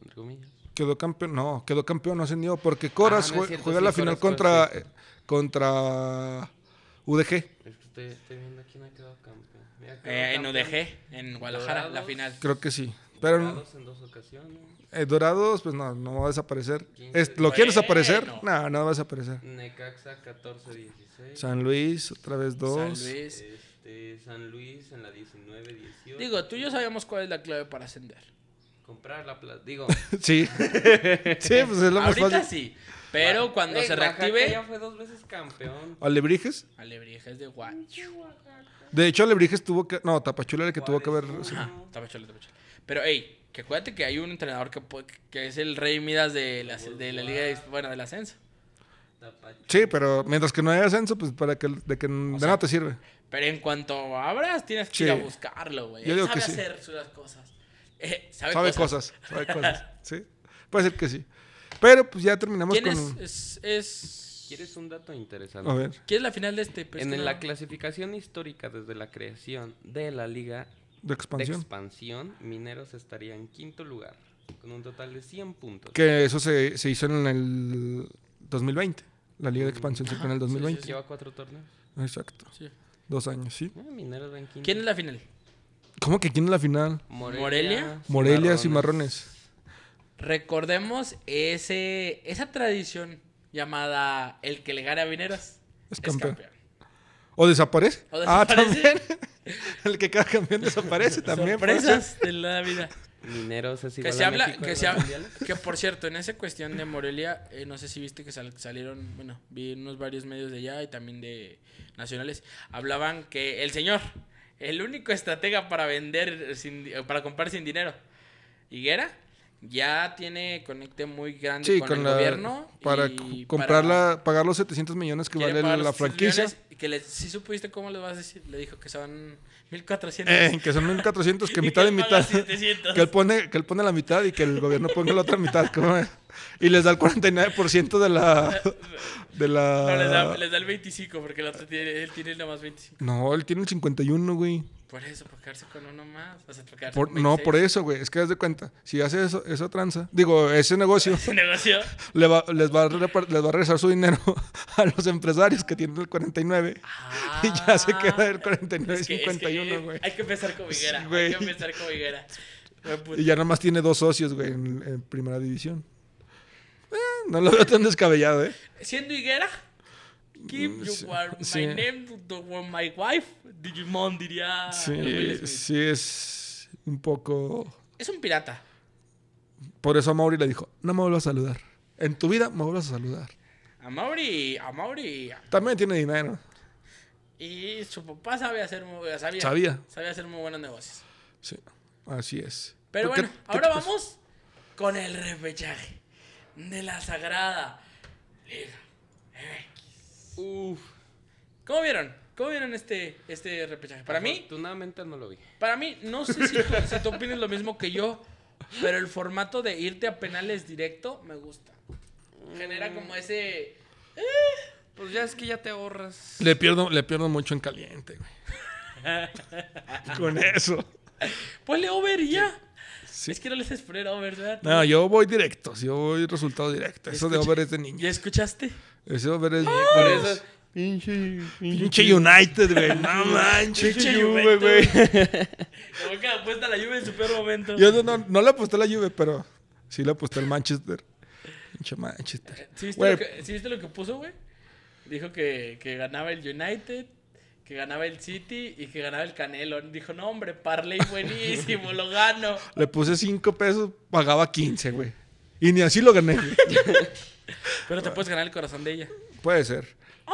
Entre comillas. Quedó campeón, no, quedó campeón, no ascendió. Porque Coras Ah, no jue- es cierto, juega sí, la Coras, final Coras, contra, sí. eh, contra UDG. Es que estoy, estoy viendo quién ha quedado campeón. Mira, quedó Eh, en campeón UDG, en Guadalajara, la Dorados. final. Creo que sí. Pero Dorados en dos ocasiones. eh, Dorados, pues no, no va a desaparecer. Quince. ¿Eh? Es- ¿Lo quieren Bueno. desaparecer? No, no va a desaparecer. Necaxa 14-16. San Luis, otra vez dos. San Luis. Este, San Luis en la 19-18. Digo, tú y yo sabíamos cuál es la clave para ascender. Comprar la plaza. Digo, Sí. sí, pues es lo más Ahorita fácil. sí, pero cuando Ey, se Oaxaca reactive... Ya fue dos veces campeón. Ah, Alebrijes. Alebrijes de Guadalajara. De hecho, Alebrijes tuvo que. No, Tapachula era el que tuvo que haber. Juárez, sí. ¿no? Ajá, está chula, está chula. Pero, hey, que acuérdate que hay un entrenador que, puede- que es el rey Midas de la, de la Liga de, bueno, del Ascenso. Tapachi- Sí, pero mientras que no haya ascenso, pues para que de, que, de nada te sirve. Pero en cuanto abras, tienes que ir Sí. a buscarlo, güey. Yo Él digo sabe que sí. hacer sus- las cosas. Eh, sabe, Sabe cosas. cosas. sabe cosas. Sí. Puede ser que sí. Pero pues ya terminamos ¿Quién con. es, es, es- ¿Quieres un dato interesante? A ver, ¿Quién es la final de este? Pues que En no- la clasificación histórica desde la creación de la Liga de de expansión. Expansión, Mineros estaría en quinto lugar, con un total de 100 puntos. Que eso se, se hizo en el 2020. La Liga de Expansión se fue en el 2020. Lleva cuatro torneos. Exacto. Sí. Dos años, sí. Ah, Mineros va en quinto. ¿Quién es la final? ¿Cómo que quién es la final? Morelia? Morelia, Cimarrones. Recordemos ese, esa tradición llamada el que le gane a Vineros Es campeón. ¿O desaparece? ¿O Ah, desaparece? también. el que cada campeón desaparece también. puede ser. Sorpresas de la vida. Mineros es Que igual se a habla, México que en se los habla, mundiales. que por cierto, en esa cuestión de Morelia, eh, no sé si viste que sal- salieron, bueno, vi unos varios medios de allá y también de nacionales, hablaban que el señor, el único estratega para vender, sin, di- para comprar sin dinero, Higuera, ya tiene conecte muy grande Sí, con, con, el la, gobierno. para y cu- comprar para- la- pagar los 700 millones que Quiere vale pagar la los 7 franquicia. millones y que le, si supiste cómo le vas a decir, le dijo que son 1400. Eh, que son 1400, que Y mitad que y él paga mitad. 700. Que él, pone, que él pone la mitad y que el gobierno ponga la otra mitad. ¿cómo es? Y les da el 49% de la. De la... No, les da, les da el 25 porque el otro tiene, él tiene nada más 25. No, él tiene el 51, güey. Por eso, para quedarse con uno más. O sea, para quedarse Por- con no, por 26. eso, güey. Es que haz de cuenta. Si hace eso, esa tranza, digo, ese negocio, Ese negocio. le va- les, va a repar- les va a regresar su dinero a los empresarios que tienen el 49. Y ya se queda el 49 Ah, Es que- es que 51, güey. hay que empezar con Higuera. Sí, hay güey. que empezar con Higuera. Güey, puta. Y ya nomás tiene dos socios, güey, en, en primera división. Eh, no lo veo tan descabellado, ¿eh? Siendo Higuera. Keep Mm, you sí, were my sí. name, you were my wife. Digimon diría. Will Smith. Sí, sí es un poco... Es un pirata. Por eso a Mauri le dijo, no me vuelvas a saludar. En tu vida me vuelvas a saludar. A Mauri, a Mauri. También tiene dinero. Y su papá sabe hacer muy, sabía, Sabía. sabía hacer muy buenos negocios. Sí, así es. Pero ¿Tú qué- bueno, qué ahora te pasa? vamos con el repechaje de la sagrada Liga MX. Uf. ¿Cómo vieron? ¿Cómo vieron este, este repechaje? Para mí, Afortunadamente no lo vi. para mí, no sé si, tú- si tú opinas lo mismo que yo, pero el formato de irte a penales directo me gusta. Genera como ese... eh. Pues ya es que ya te ahorras. Le pierdo, le pierdo mucho en caliente, güey. Con eso. Ponle over y ya. Sí. Es que no les esperó, ¿verdad? No, yo voy directo, yo voy resultado directo. Eso de Escucha- over es de niño. ¿Ya escuchaste? Ese over es Por niño. eso. Pinche. Pinche United, güey. No manches. Pinche Juve, Juventus. güey. La boca apuesta a la lluvia en su peor momento. Yo no, no, no le aposté a la Juve, pero sí le aposté al Manchester. Pinche Manchester. ¿Sí viste, Güey. lo que, sí viste lo que puso, güey? Dijo que, que ganaba el United, que ganaba el City y que ganaba el Canelo. Dijo, no, hombre, Parley buenísimo, lo gano. Le puse 5 pesos, pagaba 15, güey. Y ni así lo gané. güey. Pero te puedes ganar el corazón de ella. Puede ser.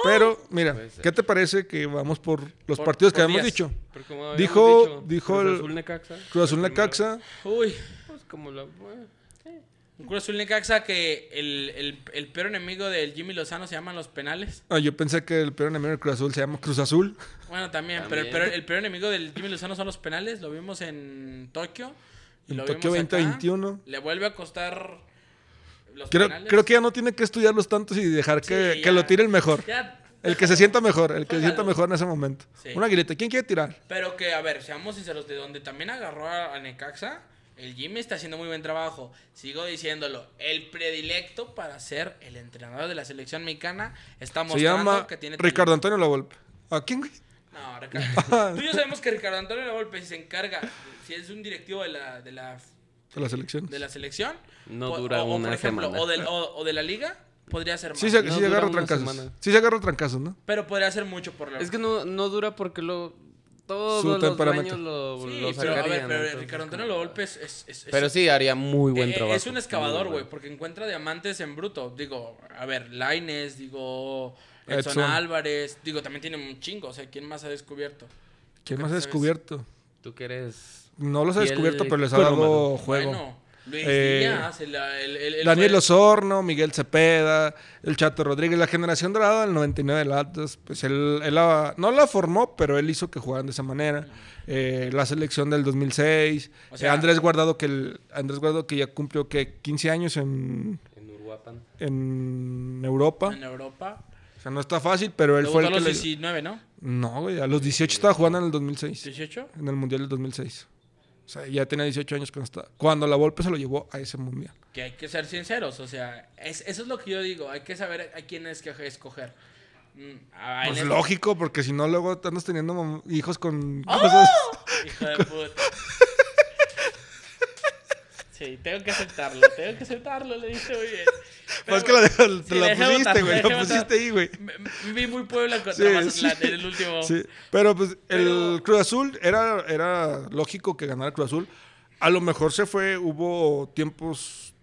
Pero, mira, Puede ser. ¿qué te parece que vamos por los Por- partidos que por habíamos días. dicho? Pero como habíamos Dijo- dicho, dijo Cruz el- Azul Necaxa. Cruz Azul La primera. Necaxa. Uy, Pues como la. un Cruz Azul Necaxa que el, el, el peor enemigo del Jimmy Lozano se llaman los penales. Ah, yo pensé que el peor enemigo del Cruz Azul se llama Cruz Azul. Bueno, también, También. pero el peor, el peor enemigo del Jimmy Lozano son los penales. Lo vimos en Tokio. y En lo Tokio vimos acá. 2021. Le vuelve a costar los Creo, penales. creo que ya no tiene que estudiarlos tantos y dejar que, Sí, que lo ya. tire el mejor. Ya, El que se sienta mejor, el que se sienta Ojalá. mejor en ese momento. Sí. Una grita, ¿quién quiere tirar? Pero que, a ver, seamos sinceros, de donde también agarró a, a Necaxa, el Jimmy está haciendo muy buen trabajo. Sigo diciéndolo, el predilecto para ser el entrenador de la selección mexicana está Se mostrando llama que tiene talento. Ricardo Antonio La Volpe. ¿A quién, güey? No, Ricardo. Tú y yo sabemos que Ricardo Antonio Lavolpe, si se encarga, si es un directivo de la, de la, De la selección. de la selección, No po- dura o, o, una por ejemplo, semana. o, del- o- o de la liga, podría ser más. Sí se, No, sí se dura agarra una trancazos. semana. Sí se agarra trancazos, ¿no? Pero podría ser mucho por la. Es que no, no dura porque lo. Todos Su los temperamento. dueños lo, Sí, lo pero, a ver, sacarían, pero entonces, Ricardo Antonio como- Lavolpe es, es, es- es- Pero sí, haría muy buen Eh, trabajo. Es un excavador, Muy güey, bueno. porque encuentra diamantes en bruto. Digo, a ver, Laines, digo, Edson, Edson. Álvarez, digo, también tiene un chingo. O sea, ¿quién más ha descubierto? ¿Quién qué más ha sabes? descubierto? Tú que eres. No los ha Fiel descubierto, pero les ha Colomano. dado juego. Bueno, Luis Eh, Díaz, el, el- el- el- Daniel fue- Osorno, Miguel Cepeda, el Chato Rodríguez, la generación dorada del 99 del Atlas, pues él, él la- no la formó, pero él hizo que jugaran de esa manera. Eh, la selección del 2006, O eh, sea- Andrés Guardado que el- Andrés Guardado que ya cumplió que 15 años en, En Uruapan. en Europa. en Europa. O sea, no está fácil, pero él Debutó fue a el que los le- 19, ¿no? No, güey, a los 18 estaba jugando en el 2006, 18. en el Mundial del 2006. O sea, ya tenía 18 años cuando estaba- cuando la Volpe se lo llevó a ese Mundial. Que hay que ser sinceros, o sea, es- eso es lo que yo digo. Hay que saber a quién es que escoger. Mm, a- en Pues este- lógico, porque si no, luego andas teniendo mam- hijos con Ah, cosas. ¡Oh! Hijo de puta. Sí, tengo que aceptarlo, tengo que aceptarlo, le diste muy bien. Pues es que la, dejas- te Sí, la dejé pusiste, votar, güey. dejé La votar. pusiste ahí, güey. Me- me- Vi muy Puebla contra Sí, Mazatlán sí. en el último. Sí. Pero pues el Pero- Cruz Azul era, era lógico que ganara Cruz Azul. A lo mejor se fue, hubo tiempos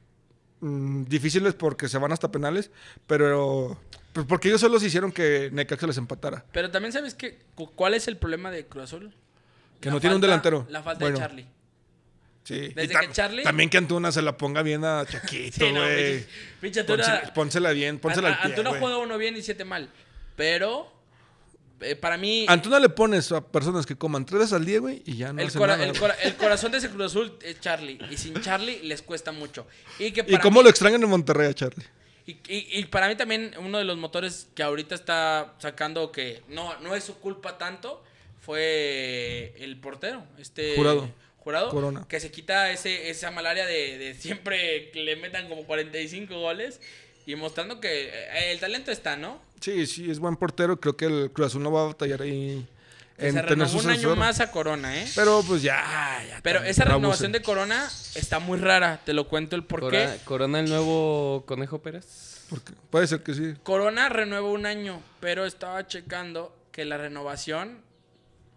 mm, difíciles porque se van hasta penales, pero pues porque ellos solos hicieron que Necaxa les empatara. Pero también sabes que cu- cuál es el problema de Cruz Azul? Que no tiene un delantero. La falta Bueno. de Charlie. Sí. Y Desde tam- que Charlie- También que Antuna se la ponga bien a Chaquito, Sí, no, güey. pinche- pinche Pónsela- Antuna. pónsela bien, pónsela al Ant- pie, Antuna güey. Ah, juega uno bien y siete mal. Pero eh, para mí Antuna le pones a personas que coman tres veces al día, güey, y ya no el, hacen cora- nada, el güey. cora- el corazón de ese Cruz Azul es Charlie y sin Charlie les cuesta mucho. Y que ¿Y para cómo mí- lo extrañan en Monterrey a Charlie? Y, y- y para mí también uno de los motores que ahorita está sacando que no, no es su culpa tanto fue el portero, este Jurado. Jurado, Corona. que se quita ese, esa malaria de, de siempre que le metan como 45 goles y mostrando que eh, el talento está, ¿no? Sí, sí, es buen portero. Creo que el Cruz Azul no va a batallar ahí Que en se tener renovó sus un año asesores. más a Corona, ¿eh? Pero pues ya, ya Pero también, esa no renovación abusen. de Corona está muy rara, te lo cuento el por qué. Corona, Corona el nuevo Conejo Pérez. Porque puede ser que sí. Corona renueva un año, pero estaba checando que la renovación,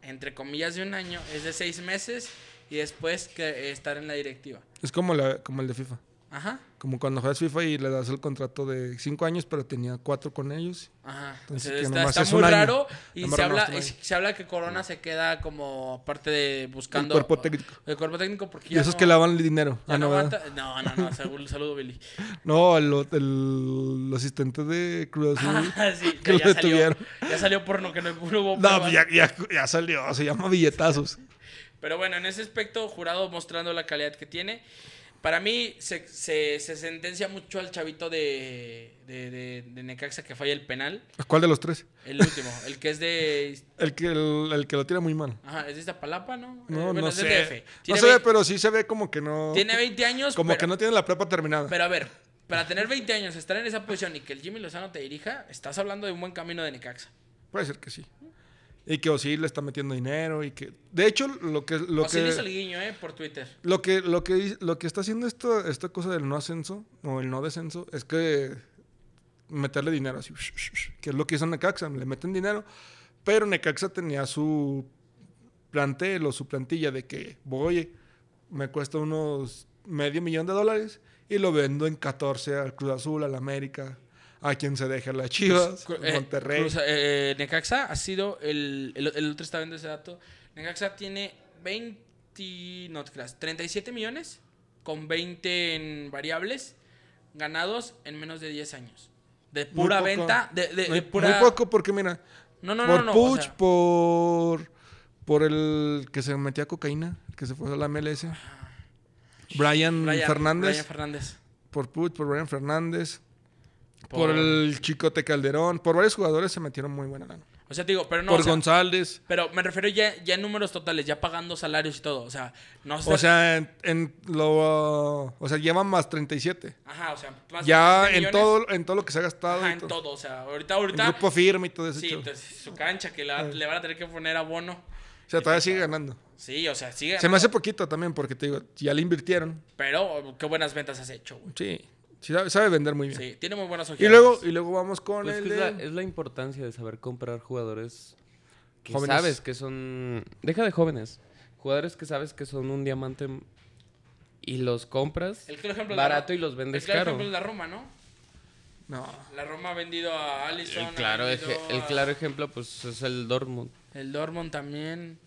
entre comillas, de un año es de seis meses y después que eh, estar en la directiva. Es como, la, como el de FIFA. Ajá, Como cuando juegas FIFA y le das el contrato de cinco años, pero tenía cuatro con ellos. ajá. Entonces, Entonces, que está nomás está es muy un año. raro y Nomás se habla, renovaste un y se habla que Corona se queda como parte de buscando... El cuerpo técnico. El cuerpo técnico porque Y ya esos no- que lavan el dinero. ya Ah, no, no, ¿verdad? aguanta. No, no, no, saludo, saludo, Billy. No, el, el- el asistente de Cruz Azul. Ah, sí, Que lo ya, salió, detuvieron. ya salió porno que no hubo No, pruebas. pues ya, ya, ya salió, se llama billetazos. Pero bueno, en ese aspecto, jurado mostrando la calidad que tiene. Para mí se, se- se sentencia mucho al chavito de, de, de- de Necaxa que falla el penal. ¿A ¿Cuál de los tres? El último, el que es de... El que, el, el que lo tira muy mal. Ajá, es de Iztapalapa, ¿no? Eh, No, bueno, no es sé. del DF. No Tiene se ve, vein- pero sí se ve como que no. Tiene 20 años, como pero, que no tiene la prepa terminada. pero a ver, para tener 20 años, estar en esa posición y que el Jimmy Lozano te dirija, estás hablando de un buen camino de Necaxa. Puede ser que sí. Y que Osil le está metiendo dinero y que. De hecho, lo que. Lo Así le que... hizo el guiño, ¿eh? Por Twitter. Lo que, lo que, hi- lo que está haciendo esto, esta cosa del no ascenso o el no descenso es que meterle dinero así, que es lo que hizo Necaxa, le meten dinero, pero Necaxa tenía su plantel o su plantilla de que voy, me cuesta unos medio millón de dólares y lo vendo en 14 al Cruz Azul, al América, a quien se deje las Chivas, Cru- al eh, Monterrey. Cruz- eh, Necaxa ha sido el, el, el otro está viendo ese dato. Necaxa tiene 20, no te creas, 37 millones con 20 en variables ganados en menos de 10 años. De Muy pura poco. venta, de, de- Muy- de pura... muy poco porque mira, No, no, por no, no. o Puch, sea, por, por el que se metía cocaína, el que se fue a la MLS. Brian, Ah. Brian- Fernández. Brian Fernández. por Puch, por Brian Fernández. Por, Por- el Chicote Calderón. Por varios jugadores se metieron muy buena lana. O sea, te digo, pero no... por o sea, González. pero me refiero ya, ya en números totales, ya pagando salarios y todo. O sea, no sé. O sea, en, en lo, uh, o sea, llevan más 37. Ajá, o sea, más de ya 20 en millones. todo, en todo lo que se ha gastado. Ajá, y en todo. todo. O sea, ahorita, En ahorita... grupo firme y todo ese Sí, show. entonces, su cancha que la- Ah. le van a tener que poner abono. O sea, todavía sigue ganando. Sí, o sea, sigue. Se me hace poquito también porque te digo, ya le invirtieron. Pero qué buenas ventas has hecho, güey. Sí, sí sabe, sabe vender muy bien. Sí, tiene muy buenas Y ojeadas. luego, y luego vamos con Pues el que es, la, de- es la importancia de saber comprar jugadores que Jóvenes. sabes que son. Deja de jóvenes. Jugadores que sabes que son un diamante m- y los compras El claro ejemplo de la- barato y los vendes el claro caro. ejemplo es la Roma, ¿no? No. La Roma ha vendido a Alisson. El ha claro, vendido eje- el a- claro ejemplo pues es el Dortmund. El Dortmund también.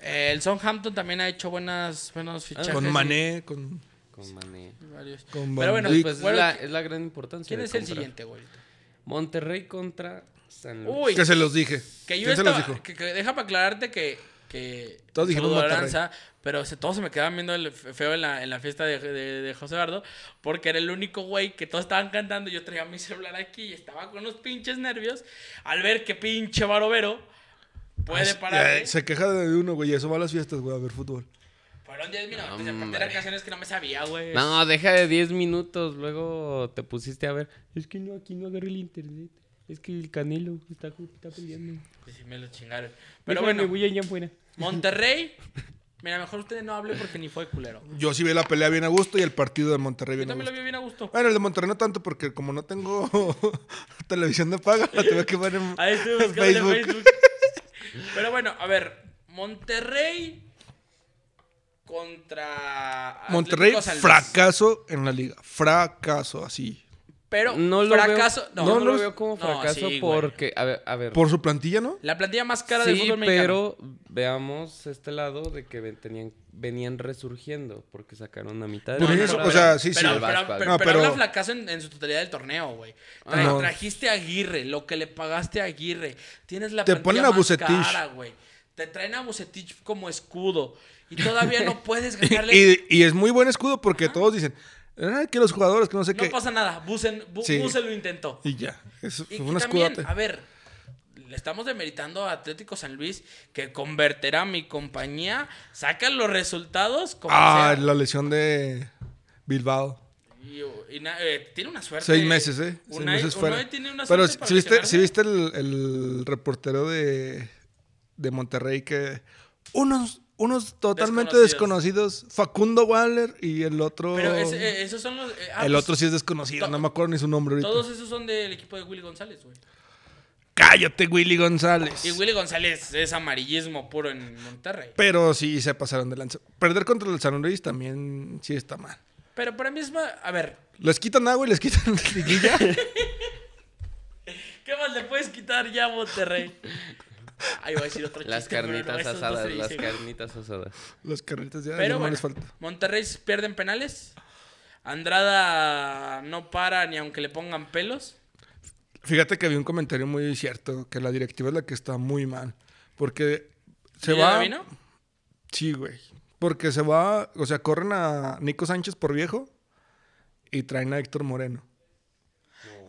Eh, el Southampton también ha hecho buenas, buenos Ah, fichajes. Con y- Mané, con... Con Mané. y varios. con Van Pero bueno, Dijk. Pues bueno, es, la, ¿qui- es la gran importancia. ¿quién de es el comprar. siguiente, güey? Monterrey contra San Luis. Uy, Que se los dije. Que yo ¿Quién se estaba, los dijo? Que, que déjame aclararte que. que Todos dijeron saludo a Monterrey. Aranza, pero se- todos se me quedaban viendo el fe- feo en la, en la fiesta de, de- de José Bardo, porque era el único güey que todos estaban cantando. Yo traía mi celular aquí y estaba con unos pinches nervios al ver que pinche Barovero puede Ah, parar. eh, Se queja de uno, güey. Eso va a las fiestas, güey, a ver fútbol. Fueron 10 minutos, No, aparte eran hombre. canciones que no me sabía, güey. No, deja de 10 minutos, luego te pusiste a ver. Es que no, aquí no agarré el internet. Es que el canelo está, ju- está peleando. Y sí me lo chingaron. Pero Pero bueno, voy allá afuera. Monterrey. Mira, mejor ustedes no hablen porque ni fue culero. Yo sí vi la pelea bien a gusto y el partido de Monterrey Yo bien a también lo gusto. vi bien a gusto. Bueno, el de Monterrey no tanto porque como no tengo televisión de paga, la tuve que ver en, Ahí estoy en buscando Facebook. en Facebook. Pero bueno, a ver. Monterrey contra. Monterrey, Atlético San Luis. fracaso en la liga. Fracaso, así. Pero No lo, fracaso. veo, No, no, no lo es- veo como no, fracaso sí, güey. porque, a ver, a ver. Por su plantilla, ¿no? La plantilla más cara del sí, fútbol mexicano. pero veamos este lado de que ven- tenían, venían resurgiendo porque sacaron la mitad de Por la eso, temporada. o sea, sí, sí. pero, Al Pero, Vasco, al pero- Vasco. pero No, habla pero- fracaso en, en su totalidad del torneo, güey. Tra- No. Trajiste a Aguirre, lo que le pagaste a Aguirre. Tienes la Te plantilla ponen a más Vucetich. cara, güey. Te traen a Bucetich como escudo. Y todavía no puedes ganarle. Y, y es muy buen escudo porque todos dicen, "Ay, que los jugadores, que no sé no qué. pasa nada. Busen, Bu- Sí. Busen lo intentó. Y ya. Es Y fue que un también, escudote. a ver, le estamos demeritando a Atlético San Luis, que convertirá a mi compañía, sacan los resultados como Ah, sea. la lesión de Bilbao. Y, y na- eh, tiene una suerte. Seis meses, ¿eh? Seis Unai- meses Unai fuera. tiene una Pero suerte si para si viste, lesionarse. si viste el, el reportero de, de Monterrey que unos, unos totalmente Desconocidos. desconocidos. Facundo Waller y el otro... Pero ese- eh, esos son los... eh, ah, el pues, otro sí es desconocido, to- no me acuerdo ni su nombre ahorita. Todos esos son del equipo de Willy González, güey. Cállate, Willy González. Y Willy González es amarillismo puro en Monterrey. Pero sí se pasaron de lanza. Perder contra el San Luis también sí está mal. Pero para mí es más... A ver, Les quitan agua y les quitan liguilla. ¿qué más le puedes quitar ya a Monterrey? Ahí va a decir otro Las chiste, pero no, carnitas esos no se asadas, las dicen. carnitas asadas. los carritos ya Pero no bueno, les falta. Monterrey pierden penales. Andrada no para ni aunque le pongan pelos. Fíjate que había un comentario muy cierto, que la directiva es la que está muy mal. Porque se ¿Villa va... Davino? Sí, güey. Porque se va, o sea, corren a Nico Sánchez por viejo y traen a Héctor Moreno.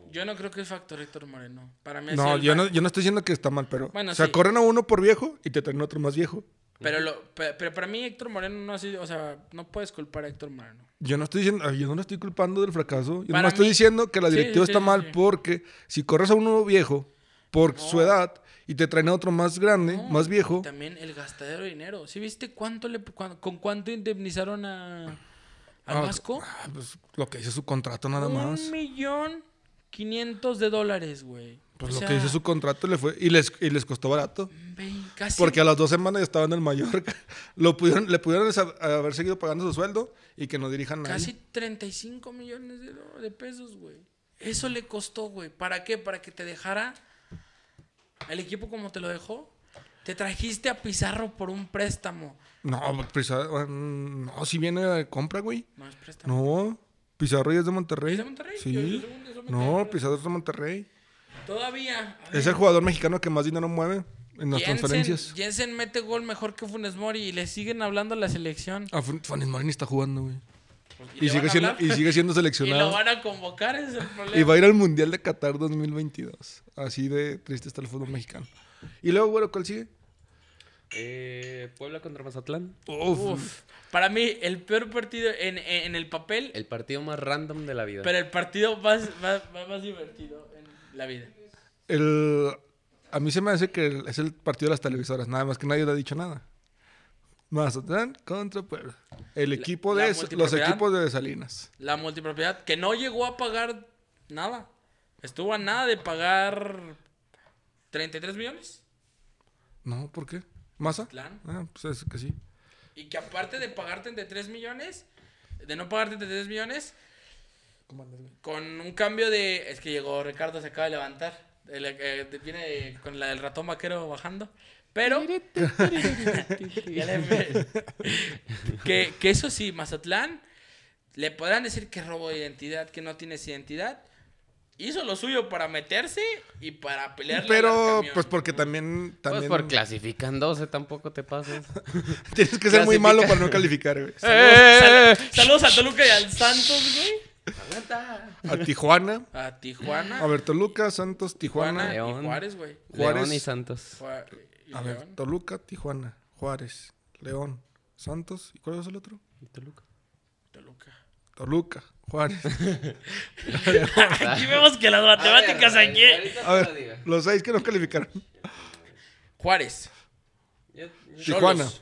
Yo no creo que es factor Héctor Moreno. Para mí No, así el yo va- no, yo no estoy diciendo que está mal, pero. Bueno, o sea, sí. corren a uno por viejo y te traen otro más viejo. Pero, lo, pe- pero para mí Héctor Moreno no ha sido, o sea, no puedes culpar a Héctor Moreno. Yo no estoy diciendo, ay, yo no lo estoy culpando del fracaso. Yo Para no estoy mí- diciendo que la Sí, directiva sí, está sí, mal sí. porque si corres a uno viejo por su edad y te traen a otro más grande, No, más viejo, También el gastadero de dinero. ¿Sí viste cuánto le, cuán- con cuánto indemnizaron a, al Ah, Vasco? ah, pues, lo que dice su contrato nada más. Un millón quinientos de dólares, güey. Pues O lo sea, que dice su contrato le fue y les, y les costó barato. vein- casi- Porque a las dos semanas ya estaba en el Mallorca. Lo pudieron, le pudieron esa- haber seguido pagando su sueldo y que no dirijan ahí. Casi 35 millones de, do- de pesos, güey. Eso le costó, güey. ¿Para qué? Para que te dejara el equipo como te lo dejó. Te trajiste a Pizarro por un préstamo. No, Pizarro, mm, no, si viene de compra, güey. No es préstamo. No, Pizarro ya es de Monterrey. ¿Es de Monterrey? Sí. Yo- yo según- yo según no, tengo- Pizarro es de Monterrey. Todavía. a ver, Es el jugador mexicano que más dinero mueve en las Jensen- transferencias. Jensen mete gol mejor que Funes Mori y le siguen hablando a la selección. Ah, Fun- Funes Mori ni está jugando, güey. Pues, le Y, sigue van a siendo, hablar. y sigue siendo Y lo seleccionado. van a convocar, ese es el problema. Y va a ir al Mundial de Qatar 2022. Así de triste está el fútbol mexicano. Y luego, güero, ¿cuál sigue? Eh, Puebla contra Mazatlán. Uf. Uf. Para mí, el peor partido en, en- en el papel, El partido más random de la vida. pero el partido más, más, más- más divertido en la vida. El, a mí se me hace que el- es el partido de las televisoras. Nada más que nadie le ha dicho nada. Mazatlán contra Puebla. El equipo la de... Los multipropiedad. equipos de Salinas. La multipropiedad, que no llegó a pagar nada. Estuvo a nada de pagar 33 millones. No, ¿por qué? ¿Masa? Mazatlán. Ah, pues es que sí. Y que aparte de pagar 33 millones, de no pagar 33 millones, con un cambio de... Es que llegó Ricardo, se acaba de levantar. El, eh, de- viene de- con la del ratón vaquero bajando. Pero... Ya le- que, que eso sí, Mazatlán, le podrán decir que robo de identidad, que no tienes identidad. Hizo lo suyo para meterse y para pelear. Pero, pues porque también, Pues también por clasifican 12 tampoco te pases. tienes que ser muy clasifica- malo para no calificar, güey. Eh, saludos a Toluca y al Santos, güey. A Tijuana, A Tijuana. a ver, Toluca, Santos, Tijuana Tijuana. y León. Juárez, güey. Juárez. León y Santos. Jua- y A León. ver, Toluca, Tijuana, Juárez, León, Santos. ¿Y cuál es el otro? Toluca. Toluca, Juárez. Aquí vemos que las matemáticas aquí. A ver, los seis que no calificaron. Juárez. Tijuana, Cholos.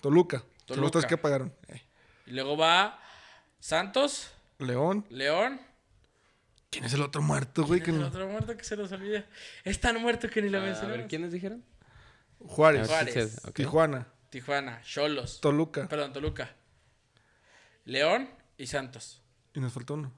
Toluca, los Toluca. tres que pagaron. Eh, Y luego va Santos, León. León. ¿Quién es el otro muerto, güey? que El no- otro muerto que se nos olvida. Es tan muerto que ni lo A ver, mencionamos. ¿quiénes dijeron? Juárez, Juárez. Ok. Tijuana, Tijuana, Cholos. Toluca. Perdón, Toluca. León y Santos. Y nos faltó uno.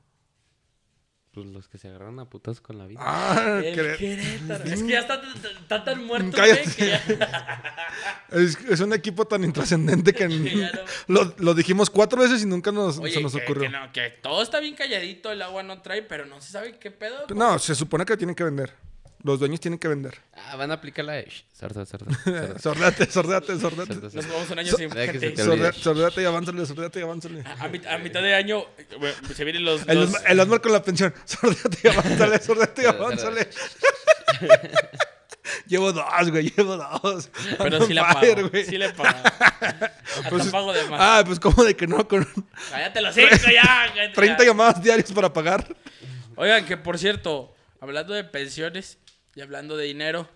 Pues los que se agarraron a putas con la vida. Ah, El cre- Querétaro. Es que ya está, está- está tan muerto, Cállate. güey, que ya- Es, es un equipo tan intrascendente que ya no. lo, lo dijimos cuatro veces y nunca nos, Oye, se nos que, ocurrió. que no, que todo está bien calladito, el agua no trae, pero no se sabe qué pedo. no. se supone que tienen que vender. Los dueños tienen que vender. Eh, Ah, van a aplicar la de... Shh, Sorda, sorda, sorda, Sordate, sordate, sorda, sordate. Nos sorda. jugamos un año sin Deja que se gente. te- olvides. Sorda- Sordate y avánzale, sordate y avánzale. A, a mit- a mitad de año eh, bueno, se vienen los. El, Ah, los- Osma- el Osmar con la pensión. Sordate y avánzale, sordate y Sorda, avánzale. llevo dos, güey, llevo dos. pero Ando sí la en pago. fire, güey. sí le pago. Hasta Pues- pago de más. Ah, pues como de que no, con Cállate los cinco ya. cállate 30 ya. llamadas diarias para pagar. Oigan, que por cierto, hablando de pensiones y hablando de dinero,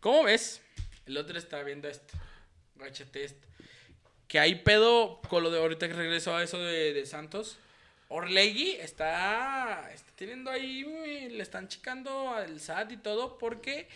¿cómo ves? El otro está viendo esto. Gáchate esto. Que hay pedo con lo de ahorita que regreso a eso de, de Santos. Orlegui está, está teniendo ahí, mm, le están checando al SAT y todo porque,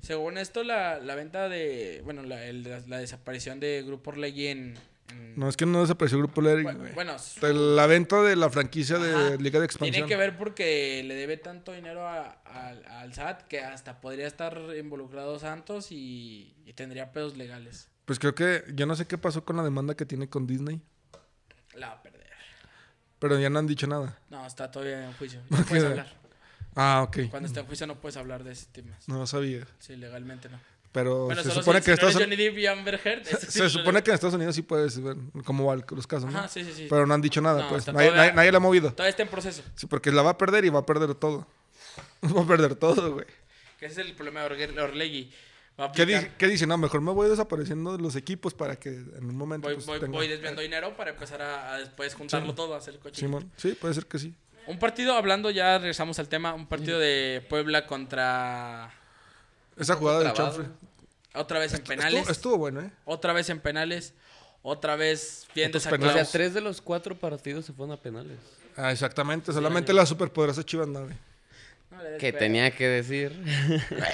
según esto, la, la venta de, bueno, la, el- la- la desaparición de Grupo Orlegui en... en- No, es que no desapareció el Grupo Lergy, Bu- güey. bueno, De La venta de la franquicia de Ajá. Liga de Expansión. Tiene que ver porque le debe tanto dinero a- al- al SAT que hasta podría estar involucrado Santos y, y tendría pedos legales. Pues creo que yo no sé qué pasó con la demanda que tiene con Disney, La va a perder. pero ya no han dicho nada. No, está todavía en juicio. No puedes hablar. Ah, ok. Cuando está en juicio no puedes hablar de ese tema. No sabía. Sí, legalmente no. Pero, Bueno, se solo supone si- que si no Estados eres Unidos. Johnny Depp y Amber Heard. Se, se supone que en Estados Unidos sí puedes ver cómo van los casos, ¿no? Ajá, sí, sí, sí. Pero no han dicho nada, No, pues. está Nadie, todavía- nadie- nadie la ha movido. Todavía está en proceso. Sí, porque la va a perder y va a perder todo. Va a perder todo, güey. Que ese es el problema de Orgue- Orlegui. Va a ¿Qué, aplicar, di- qué dice? No, mejor me voy desapareciendo de los equipos para que en un momento. Voy, pues, voy- tenga- voy desviando dinero para empezar a, a después juntarlo todo, hacer el coche. Simón. Sí, puede ser que sí. Un partido, hablando, ya regresamos al tema. Un partido de Puebla contra. Esa jugada del trabado. chanfle. Otra vez en penales. Estuvo, estuvo bueno, ¿eh? Otra vez en penales. Otra vez bien Otros O sea, desactuados. tres de los cuatro partidos se fueron a penales. Ah, exactamente. Solamente la superpoderosa Chivas, no, güey. No le des Que pena. tenía que decir.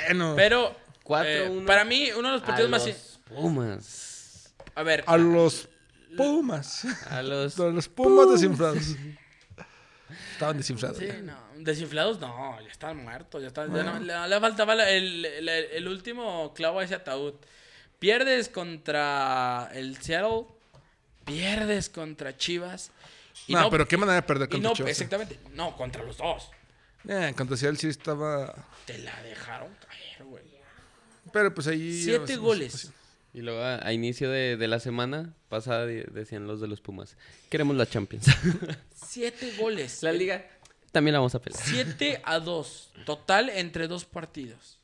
Bueno. Pero. 4-1 eh, para mí, uno de los partidos a más. los Pumas. A ver. A los Pumas. A los... A los Pumas desinflados. Estaban desinflados. Sí, ya. no. Desinflados, no. Ya estaban muertos. Ya estaban, ya no- Ah. le, le faltaba la- el, el- el último clavo a ese ataúd. Pierdes contra el Seattle. Pierdes contra Chivas. no, pero qué manera de perder y contra no, Chivas. exactamente. No, contra los dos. Eh, contra Seattle sí estaba. Te la dejaron caer, güey. Pero pues ahí. Siete goles. Y luego a, a inicio de, de la semana pasada de- decían los de los Pumas. Queremos la Champions. Siete goles. la liga también la vamos a pelear. 7 a 2. Total entre dos partidos.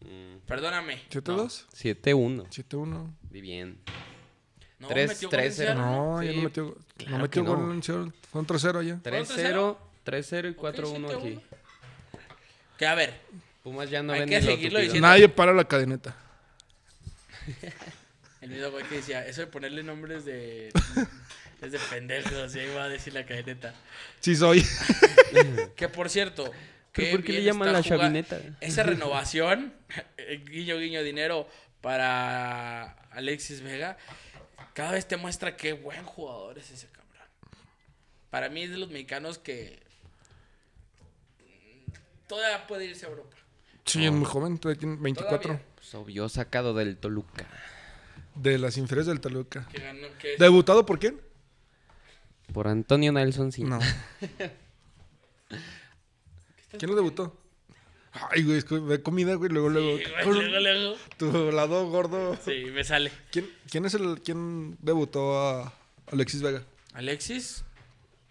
Mm. Perdóname. pues, ¿Siete dos? 7-1. Siete uno. Di bien. No, Tres- metió gol tres, en Seattle. No, ya Sí. no metió. Claro no metió que no. gol en Seattle. Fue un 3-0 allá. 3-0, 3-0 y 4-1 7-1. aquí. Que a ver, Pumas ya no Hay ven que ni lo seguirlo tupido. diciendo. Nadie para la cadeneta. el mismo güey que decía, eso de ponerle nombres de. es de pendejos, ya iba a decir la cadeneta. Sí, soy. Que por cierto. ¿Pero qué por qué le bien llaman está la juga- chavineta? Esa renovación, eh, guiño, guiño, dinero para Alexis Vega, cada vez te muestra qué buen jugador es ese cabrón. Para mí es de los mexicanos que mm, todavía puede irse a Europa. Sí, es muy joven. todavía tiene 24. Todavía. Pues obvio, sacado del Toluca. De las inferiores del Toluca. Que ganó, que- ¿Debutado por quién? Por Antonio Nelson sí. No. ¿Quién lo debutó? Ay, güey, es que ve comida, güey. Luego, luego. Sí, güey, luego, luego. Tu lado gordo. Sí, me sale. ¿Quién, quién es el. ¿Quién debutó a Alexis Vega? Alexis,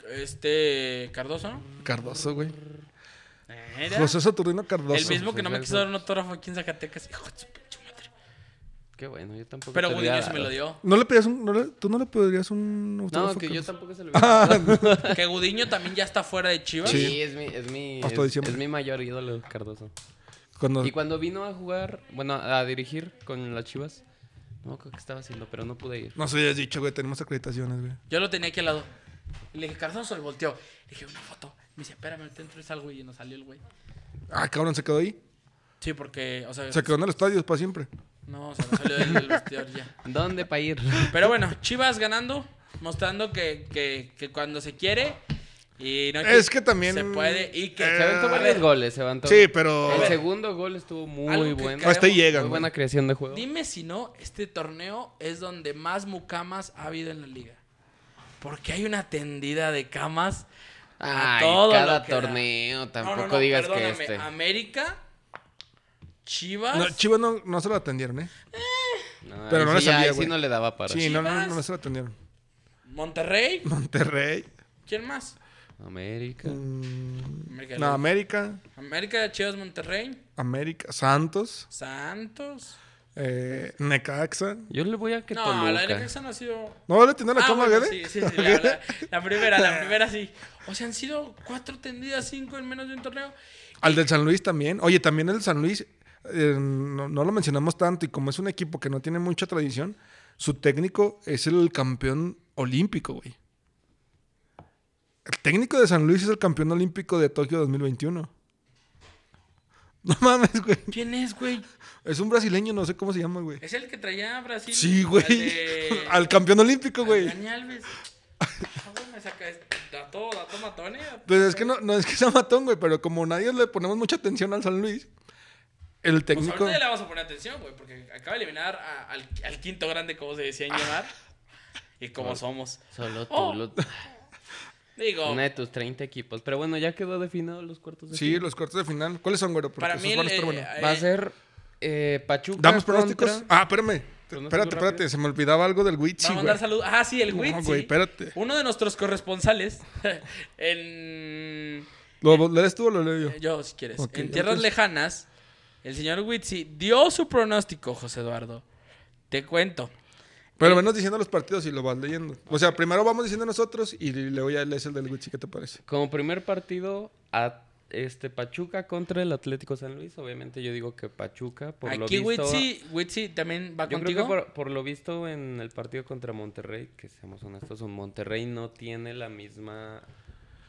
este Cardoso, ¿no? Cardoso, güey. Era José Saturnino Cardoso. el mismo que no me José quiso dar un autógrafo aquí en Zacatecas. Hijo de su pinche madre. Qué bueno, yo tampoco Pero te lo Gudiño hubiera se me dado. lo dio. ¿No le pedías un, no le- ¿Tú no le pedirías un No, autógrafo, que yo Cardoso? tampoco se lo hubiera dado. Que Gudiño también ya está fuera de Chivas. Sí, Sí. es mi, es mi, Hasta es- diciembre. es mi mayor ídolo, Cardoso. Cuando- Y cuando vino a jugar, bueno, a dirigir con las Chivas, no creo que estaba haciendo, pero no pude ir. No se habías dicho, güey, tenemos acreditaciones, güey. Yo lo tenía aquí al lado. Y le dije, Cardoso, y volteó. Le dije, una foto. Me dice, espérame, te entro y salgo. Y nos salió el güey. Ah, cabrón, se quedó ahí. Sí, porque, o sea, Se quedó en el estadio para siempre. no, o sea, nos salió del, del vestidor ya. ¿Dónde para ir? Pero bueno, Chivas ganando, mostrando que, que, que cuando se quiere y no hay Es que también- eh, se puede y que Se aventó A varios ver, goles, se aventó. Sí, pero. El segundo gol estuvo muy Algo que bueno. queremos- Hasta ahí llegan, Muy güey. buena creación de juego. Dime si no, este torneo es donde más mucamas ha habido en la liga. Porque hay una tendida de camas a Ay, todo cada lo que da. torneo, No, no, tampoco no, digas que perdóname, este. América, Chivas. No, Chivas no, no se lo atendieron, ¿eh? No, Pero ahí no le sí ya- salía, ahí sí güey. no le daba para. Sí, no, no, Chivas. no, no se lo atendieron. Monterrey. Monterrey. ¿Quién más? América. mm, América no, del- América. América, Chivas, Monterrey. América. Santos. Santos. eh, Necaxa. Yo le voy a que no, Toluca. la de Necaxa no ha sido. ¿No le atendieron a Ah, cama, bueno, güey? sí, sí, sí, la, la- la primera, la primera sí. O sea, han sido cuatro tendidas, cinco en menos de un torneo. Al del San Luis también. Oye, también el San Luis, eh, no, no lo mencionamos tanto, y como es un equipo que no tiene mucha tradición, su técnico es el campeón olímpico, güey. El técnico de San Luis es el campeón olímco de Tokio 2021. No mames, güey. ¿Quién es, güey? Es un brasileño, no sé cómo se llama, güey. Es el que traía a Brasil. Sí, güey. Al, de- Al campeón olímpico, al güey. Dani Alves. Ah, güey, me saca. Dato, dato matón, eh. Pues es que no, no es que sea matón, güey, pero como nadie le ponemos mucha atención al San Luis, el Pues técnico. ahorita ya le vamos a poner atención, güey, porque acaba de eliminar a- al, al quinto grande, como se decía en llamar. Y como somos. Solo tú. Oh. lo- Digo, Una de tus 30 equipos. Pero bueno, ya quedó definido los cuartos de Sí, los cuartos de final. ¿Cuáles son, güey? para mí el- eh, Va a eh, ser eh, Pachuca. ¿Damos pronósticos? contra- Ah, espérame. Pronóstico Espérate, rápido. espérate. Se me olvidaba algo del Witchy, Va a güey. mandar saludos. Ah, sí, el No, Witsi. güey, espérate. Uno de nuestros corresponsales en... ¿Lo, lo lees tú o lo leo yo? Eh, Yo, si quieres. Ok, en tierras entonces- lejanas, el señor Witsi dio su pronóstico, José Eduardo. Te cuento. eh. Pero menos diciendo los partidos y lo vas leyendo. O sea, primero vamos diciendo nosotros y luego ya lees el del Witchy. ¿Qué te parece? Como primer partido, a este Pachuca contra el Atlético San Luis. Obviamente yo digo que Pachuca, por lo Aquí visto. Witsi, Witsi también va Yo contigo. creo que por, por lo visto en el partido contra Monterrey, que seamos honestos, un Monterrey no tiene la misma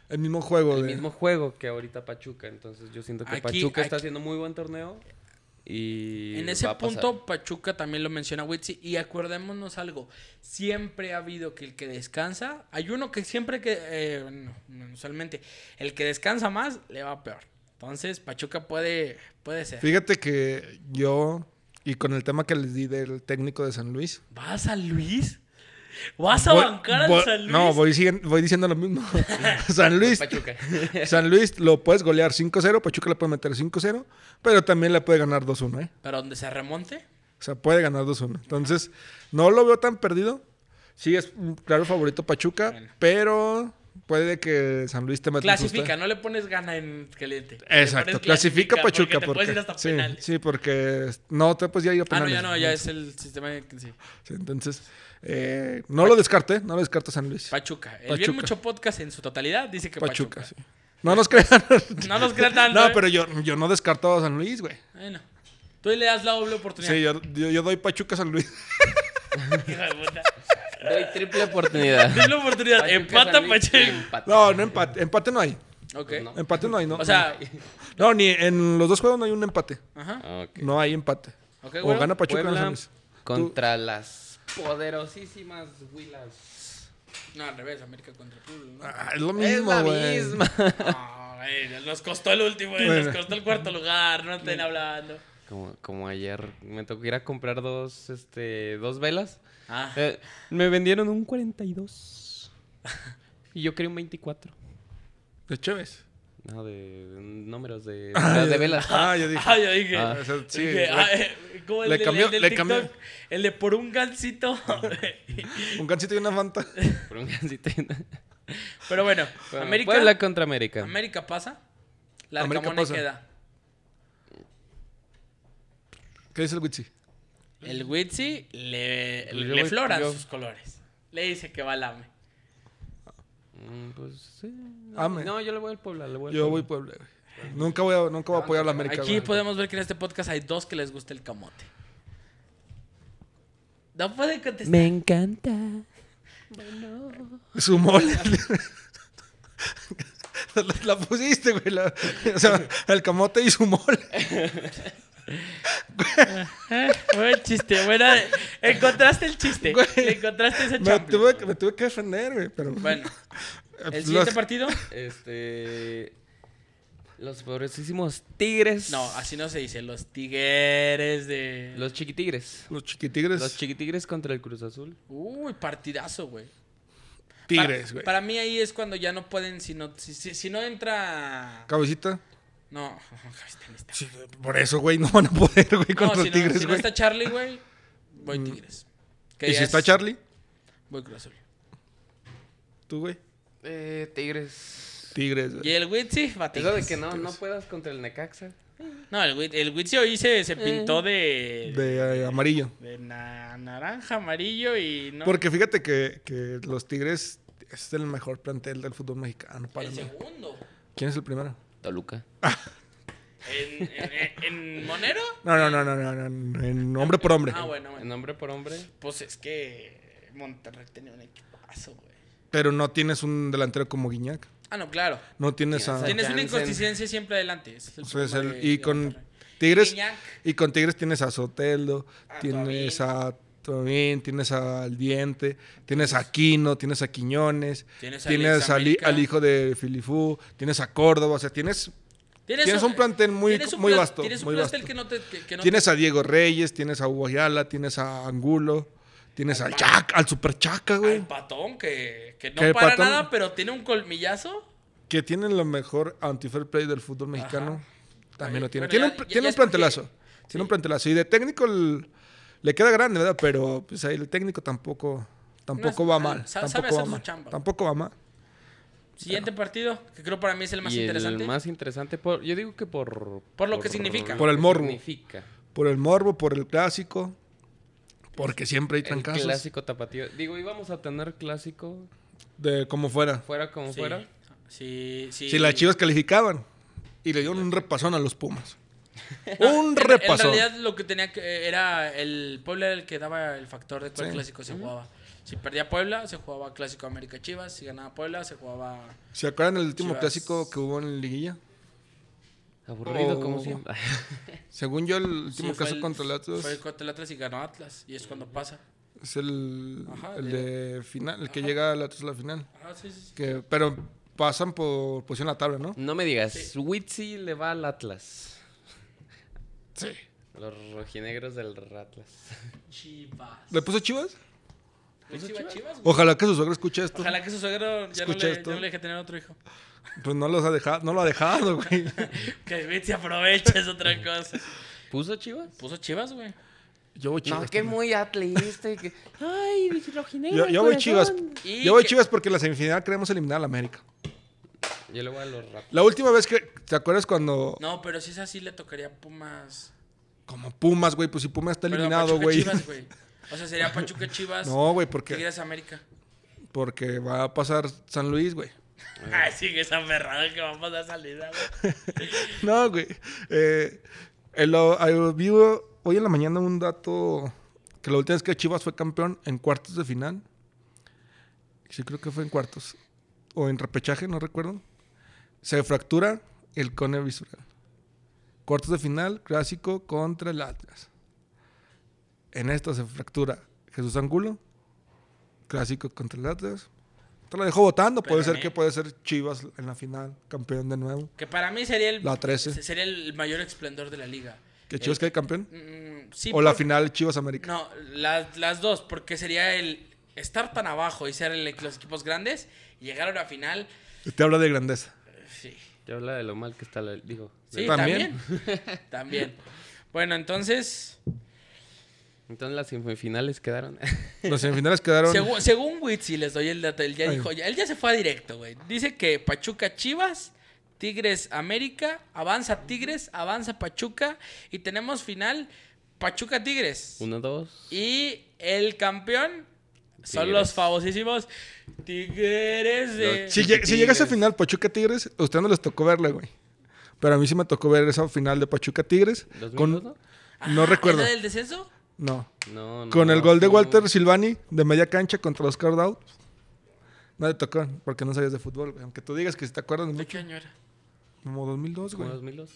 El mismo juego. el de- mismo juego que ahorita Pachuca, entonces yo siento que Aquí- Pachuca está aquí- haciendo muy buen torneo y En ese va a pasar. punto, Pachuca también lo menciona Witsi. Y acordémonos algo: siempre ha habido que el que descansa, hay uno que siempre que, eh, no, no, usualmente, el que descansa más le va peor. Entonces, Pachuca puede, puede ser. Fíjate que yo, y con el tema que les di del técnico de San Luis. ¿Vas a Luis? ¿Vas a voy- bancar al voy- San Luis? Pues No, voy, siguen- voy diciendo lo mismo. San Luis. Pachuca. San Luis lo puedes golear 5-0, Pachuca le puede meter 5-0, pero también le puede ganar 2-1, ¿eh? Pero donde se remonte, O sea, puede ganar 2-1. Entonces, no lo veo tan perdido. Sí, es un claro favorito Pachuca, Bueno. pero puede que San Luis te meta un susto. ¿eh? clasifica, no le pones gana en caliente. Le Exacto, pones clasifica Pachuca. Porque te puedes ir hasta sí, penales. sí, porque no te puedes ya ir Ah, a no, penales. ya no, ya es el sistema. que- sí. Sí, entonces, eh, no lo descarté, no lo descarto San Luis. Pachuca. El Pachuca. bien mucho podcast en su totalidad dice que Pachuca, Pachuca. sí. No nos crean. No nos crean tanto. no, ¿eh? pero yo, yo no descarto a San Luis, güey. Bueno, tú le das la doble oportunidad. Sí, yo, yo, yo doy Pachuca a San Luis. Hijo de puta. Doy triple oportunidad. Doble oportunidad. Pachuca, Empata San Luis, Pachuca. empate. No, no empate. Empate no hay. Ok. Pues no. Empate no hay, ¿no? O sea, No, ni en los dos juegos no hay un empate. ajá. Ok. No hay empate. Ok, o bueno, gana Pachuca o Puebla San Luis. contra las poderosísimas Huilas. No, al revés, América contra Puebla. ¿no? Ah, es lo Es la mismo, güey. misma. No, güey, nos costó el último, eh, nos Bueno. costó el cuarto lugar, no estén hablando. Como, como ayer me tocó ir a comprar dos, este, dos velas. Ah, Eh, me vendieron un 42. Y yo quería un 24. De Chévez. No, de, de números de, de Ah, las de ya- velas. Ah, yo dije. ah, yo dije. Ah, o sea, sí, dije, le- ah, eh, ¿cómo el, le del- cambió- el del le TikTok? cambió. El de por un gancito. Un gancito y una fanta. Por un gancito. Pero bueno, Bueno, América, Puebla contra América. América pasa. La América Arcamone pasa. queda. ¿Qué dice el Witsi? El Witsi le, Pues le yo voy- floran yo- sus colores. Le dice que va al AME. Mm, Pues sí. No, Ame. no, yo le voy al Puebla. Le voy al Yo voy Puebla. Puebla, güey. Nunca voy a, nunca voy a apoyar a la América. Aquí güey. podemos ver que en este podcast hay dos que les gusta el camote. No pueden contestar. Me encanta. Su mole. la, la pusiste, güey. la- o sea, el camote y su mole. Eh, Buen chiste, buena. Encontraste el chiste. Güey. Le encontraste esa Me chamba. tuve, que- me tuve que defender, güey. Pero, Bueno, eh, el los- siguiente partido. Este. Los pobrecísimos tigres. No, así no se dice. Los tigres de. Los chiquitigres. Los chiquitigres. Los chiquitigres contra el Cruz Azul. Uy, partidazo, güey. tigres, Para- güey. Para mí ahí es cuando ya no pueden, si no, si, si- si no entra. Cabecita. No, está en esta. Sí, por eso, güey, no van a poder, güey, No, contra si, no, Tigres, si no güey. Mm. está Charlie, güey, voy Tigres. Que ¿Y ya si está es- Charlie? Voy Cruz Azul. Tú, güey. Eh, tigres. Tigres, Y güey. el Witsi, va Eso de Tigres. que no, no puedas contra el Necaxa. No, el, Wit- el Witsi hoy se, se pintó de. De eh, amarillo. de na- naranja, amarillo y no. Porque fíjate que, que los Tigres es el mejor plantel del fútbol mexicano para el mí. segundo. ¿Quién es el primero? Toluca. ¿En, en, en- en Monero? No, no, no, no, no, no, no, en hombre por hombre. Ah, bueno, bueno. Nombre por hombre. Pues es que Monterrey tenía un equipazo, güey. Pero no tienes un delantero como Guiñac. Ah, no, claro. No tienes a... Tienes una Jansen. inconsistencia siempre adelante. ese es el o sea, es problema Ah, Pues el- de- y de con Monterrey. Tigres... Guiñac. Y con Tigres tienes a Soteldo, A tienes Tuamín. a Tomín, tienes al Diente, tienes a Quino, tienes a Quiñones, Tienes tienes, al ex al, hi- América. al hijo de Filifú, tienes a Córdoba, o sea, tienes, tienes un plantel muy, tienes un muy plan- vasto. Tienes un muy plantel vasto. que no te. Que, que no Tienes a Diego Reyes, tienes a Hugo Ayala, tienes a Angulo, tienes al Chac, al Super Chaca, te, al güey. patón que, que no Que el para Patón- nada, pero tiene un colmillazo. Que tienen lo mejor anti-fair play del fútbol mexicano. También Oye, lo tiene. bueno, tiene ya- un, pl- ya- tiene ya un es porque- plantelazo. Tiene un plantelazo. Y de técnico el- le queda grande, ¿verdad? Pero pues ahí el técnico tampoco, tampoco No, va sabe- mal. sabe tampoco hacer va su mal. chamba. Tampoco va mal. Siguiente partido, que creo para mí es el más y interesante. El más interesante, por, yo digo que por... Por lo que significa. Por el lo que morbo. significa. Por el morbo, por el clásico. Porque siempre hay El trancazos. clásico tapatío. Digo, íbamos a tener clásico, De como fuera. fuera como Sí. fuera. Sí, sí. Si las chivas calificaban. Y le dieron un repasón a los Pumas. un En- repasón. En realidad lo que tenía que era el Puebla era el que daba el factor de cuál Sí. clásico se jugaba. Si perdía Puebla, se jugaba clásico América Chivas, si ganaba Puebla, se jugaba ¿Se acuerdan el último Chivas. clásico que hubo en Liguilla? Aburrido Oh. como siempre. Según yo, el Sí, último fue caso el- contra el Atlas Fue el contra el Atlas y ganó Atlas y es cuando pasa. es el, Ajá, el de final, el que llega al Atlas a la final. Ah, sí, sí, sí. Que, pero pasan por posición en la tabla, ¿no? No me digas, Witsi le va al Atlas. Sí. Los rojinegros del Atlas. Chivas. ¿Le puso Chivas? Pues Chivas, Chivas, güey. Ojalá que su suegro escuche esto. Ojalá que su suegro ya no, Escucha le, esto. ya no le deje tener otro hijo. Pues no, los ha dejado, no lo ha dejado, güey. Que güey, se aprovecha es otra cosa. ¿Puso Chivas? Puso Chivas, güey. Yo voy Chivas. no, que también. muy atlista. y que- Ay, rojinegro. yo, el yo voy corazón. Chivas. Y Yo voy que- Chivas porque en la semifinal queremos eliminar a la América. Yo le voy a los Atlas. La última vez que. ¿Te acuerdas cuando.? No, pero si es así le tocaría a Pumas. Como Pumas, güey. Pues si Pumas está Perdón, eliminado, Pachuca güey. Chivas, güey. O sea, sería Pachuca Chivas. No, güey, porque, Tigres América. porque va a pasar San Luis, güey. Ah. Ay, sigue esa aferrado que vamos a salir. No, güey. Eh, el- el- vi hoy en la mañana un dato que la última vez que Chivas fue campeón en cuartos de final. Sí, creo que fue en cuartos. O en repechaje, no recuerdo. Se fractura el cone visual. Cuartos de final, clásico contra el Atlas. En esta se fractura Jesús Angulo. Clásico contra el Atlas. Te la dejo votando. Puede Pero ser ni- que puede ser Chivas en la final, campeón de nuevo. Que para mí sería el, La 13. sería el mayor esplendor de la liga. ¿Que Chivas quede campeón? Mm, sí, o la por- final Chivas América. No, las, las dos, porque sería el estar tan abajo y ser el- los equipos grandes y llegar a una final. Te habla de grandeza. Sí, Yo habla de lo mal que está la... Digo, sí También. también. También. Bueno, entonces, entonces las semifinales quedaron. Los semifinales quedaron. segu- según Witsi, les doy el dato, él ya Ay. dijo, ya- él ya se fue a directo, güey. Dice que Pachuca Chivas, Tigres América, avanza Tigres, avanza Pachuca y tenemos final Pachuca Tigres. Uno, dos. Y el campeón son Tigres. los famosísimos Tigres de... Los Si, lleg- si llegas a final Pachuca Tigres, a ustedes no les tocó verla, güey. Pero a mí sí me tocó ver esa final de Pachuca Tigres. ¿2001? Con, no recuerdo. ¿Era Ah, del descenso? No. No, no. Con el gol de no. Walter Silvani de media cancha contra Oscar Daud. No le tocó, porque no sabías de fútbol, güey. Aunque tú digas que si te acuerdas ¿De mucho. qué año era? Como 2002, Como güey. 2002.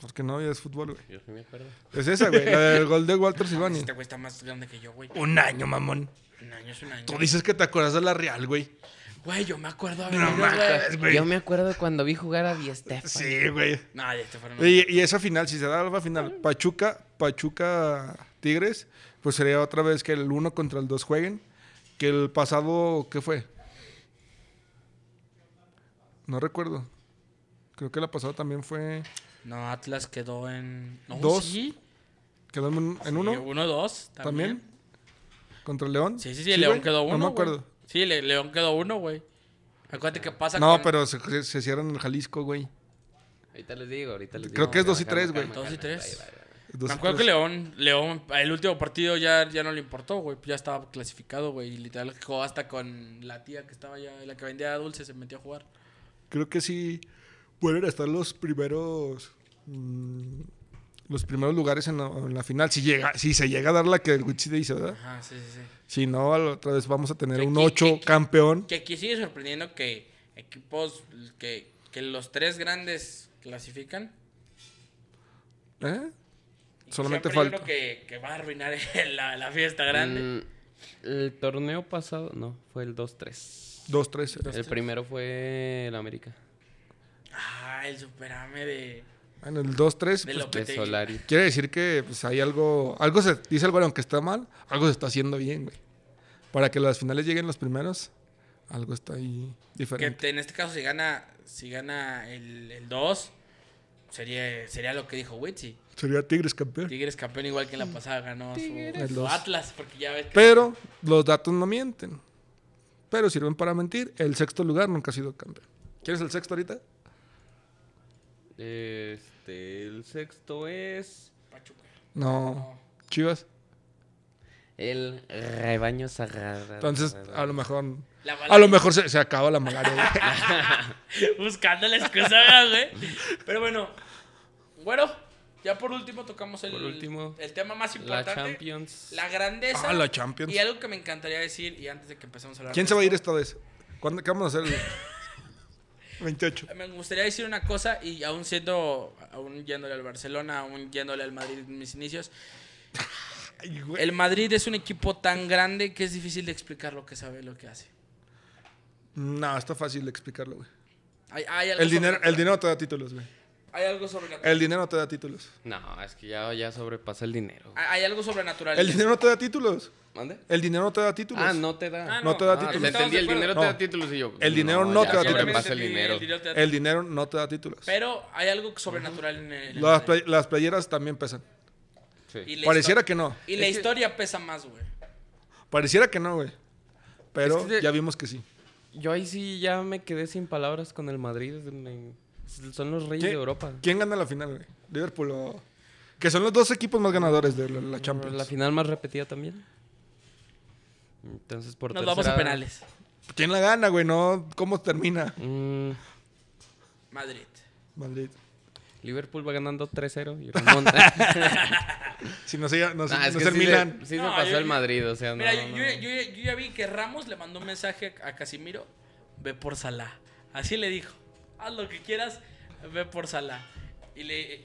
Porque no habías fútbol, güey. Yo sí me acuerdo. Es esa, güey. La del gol de Walter Silvani. Este güey está más grande que yo, güey. Un año, mamón. Un año es un año. Tú dices que te acuerdas de la Real, güey. Güey, yo me acuerdo haber No ido, güey. mames, güey. Yo me acuerdo cuando vi jugar a Di Stéfano. Sí, güey. No, ya este fueron... Y, y esa final, si se da la final, Pachuca, Pachuca Tigres, pues sería otra vez que el uno contra el dos jueguen. Que el pasado, ¿qué fue? No recuerdo. Creo que la pasada también fue. No, Atlas quedó en... No, Dos. sí. Quedó en, un- en Sí, uno uno, dos. también. También. Contra el León. Sí, sí, sí, el León güey? quedó uno. No me güey. acuerdo. Sí, Le- León quedó uno, güey. Acuérdate que pasa No, con- pero se, se- se cierran en Jalisco, güey. Ahorita les digo, ahorita les digo. Creo que es Calma, dos y calma, tres, güey. calma, Dos y calma. tres. Ahí va, ahí va, ahí Dos Me y acuerdo que tres. León, León, el último partido ya, ya no le importó, güey. Ya estaba clasificado, güey. Y literal jugó hasta con la tía que estaba ya, la que vendía dulces, se metió a jugar. Creo que sí pueden estar los primeros. mm, los primeros lugares en la, en la final. Si, llega, si se llega a dar la que el Wichi dice, ¿verdad? Ajá, sí, sí, sí. Si no, a la otra vez vamos a tener Que un aquí- 8 aquí- campeón. Que aquí sigue sorprendiendo que equipos que, que los tres grandes clasifican. ¿Eh? Y siempre Solamente hay falta. uno que, que va a arruinar la, la fiesta va. grande. Mm, El torneo pasado, no, fue el 2-3. 2, 3. El primero fue el América. Ah, el superame de. Bueno, el 2, De 3. pues, lo- De Lopetegui. Solari. quiere decir que pues, hay algo. Algo se dice algo, aunque está mal. Algo se está haciendo bien, güey. Para que las finales lleguen los primeros, algo está ahí Que diferente. te- en este caso, si gana, si gana el 2, sería, sería lo que dijo Witsi. Sería Tigres campeón. Tigres campeón igual que en la pasada ganó su, Tigres. su Atlas, porque ya ves que... Pero los datos no mienten. Pero sirven para mentir. El sexto lugar nunca ha sido campeón. ¿Quieres el sexto ahorita? Este, el sexto es Pachuca. No. Chivas. el rebaño sagrado. Entonces, a lo mejor. La mala- A lo mejor se, se acaba la malaria. güey. Buscando la excusa, ¿verdad, güey. Pero bueno, bueno, ya por último tocamos el, Por último, el tema más la importante. La Champions. grandeza. Ah, la Champions. Y algo que me encantaría decir, y antes de que empecemos a hablar. ¿Quién de se va a ir esto, esta vez? ¿Cuándo, ¿Qué vamos a hacer? el 28. Me gustaría decir una cosa, y aún siendo, aún yéndole al Barcelona, aún yéndole al Madrid en mis inicios, Ay, güey. el Madrid es un equipo tan grande que es difícil de explicar lo que sabe, lo que hace. No, está fácil de explicarlo, güey. Hay, hay algo El dinero, sobre- el dinero te da títulos, güey. Hay algo sobrenatural. El dinero te da títulos. No, es que ya, ya sobrepasa el dinero. Hay hay algo sobrenatural. El dinero no te da títulos. ¿Mande? El dinero no te da títulos. Ah, no te da. Ah, No te da Ah, títulos. te entendí, el dinero No. te da títulos y yo. El dinero no ya te da Yo también títulos. Sobrepasa el entendí, dinero. dinero te da- El dinero no te da títulos. Pero hay algo sobrenatural en el. Las, play- las playeras también pesan. Y Sí. la Pareciera histo- que no. Y la Es que- historia pesa más, güey. Pareciera que no, güey. Pero Es que de- ya vimos que sí. Yo ahí sí ya me quedé sin palabras con el Madrid. me- Son los reyes ¿Quién- de Europa. ¿Quién gana la final, güey? Liverpool o... Que son los dos equipos más ganadores de la, la Pero Champions. La final más repetida también. Entonces por Nos vamos a tercera- penales. ¿Quién la gana, güey? No, ¿cómo termina? Mm, Madrid. Madrid. Liverpool va ganando 3-0 y remonta. Si no se, no, se- Nah, Ah, es no que es el sí Milan. se, sí se No, pasó yo- el Madrid, o sea, no, Mira, no, yo, no. yo- yo ya vi que Ramos le mandó un mensaje a Casimiro: ve por Salah. Así le dijo: haz lo que quieras, ve por Salah. Y le.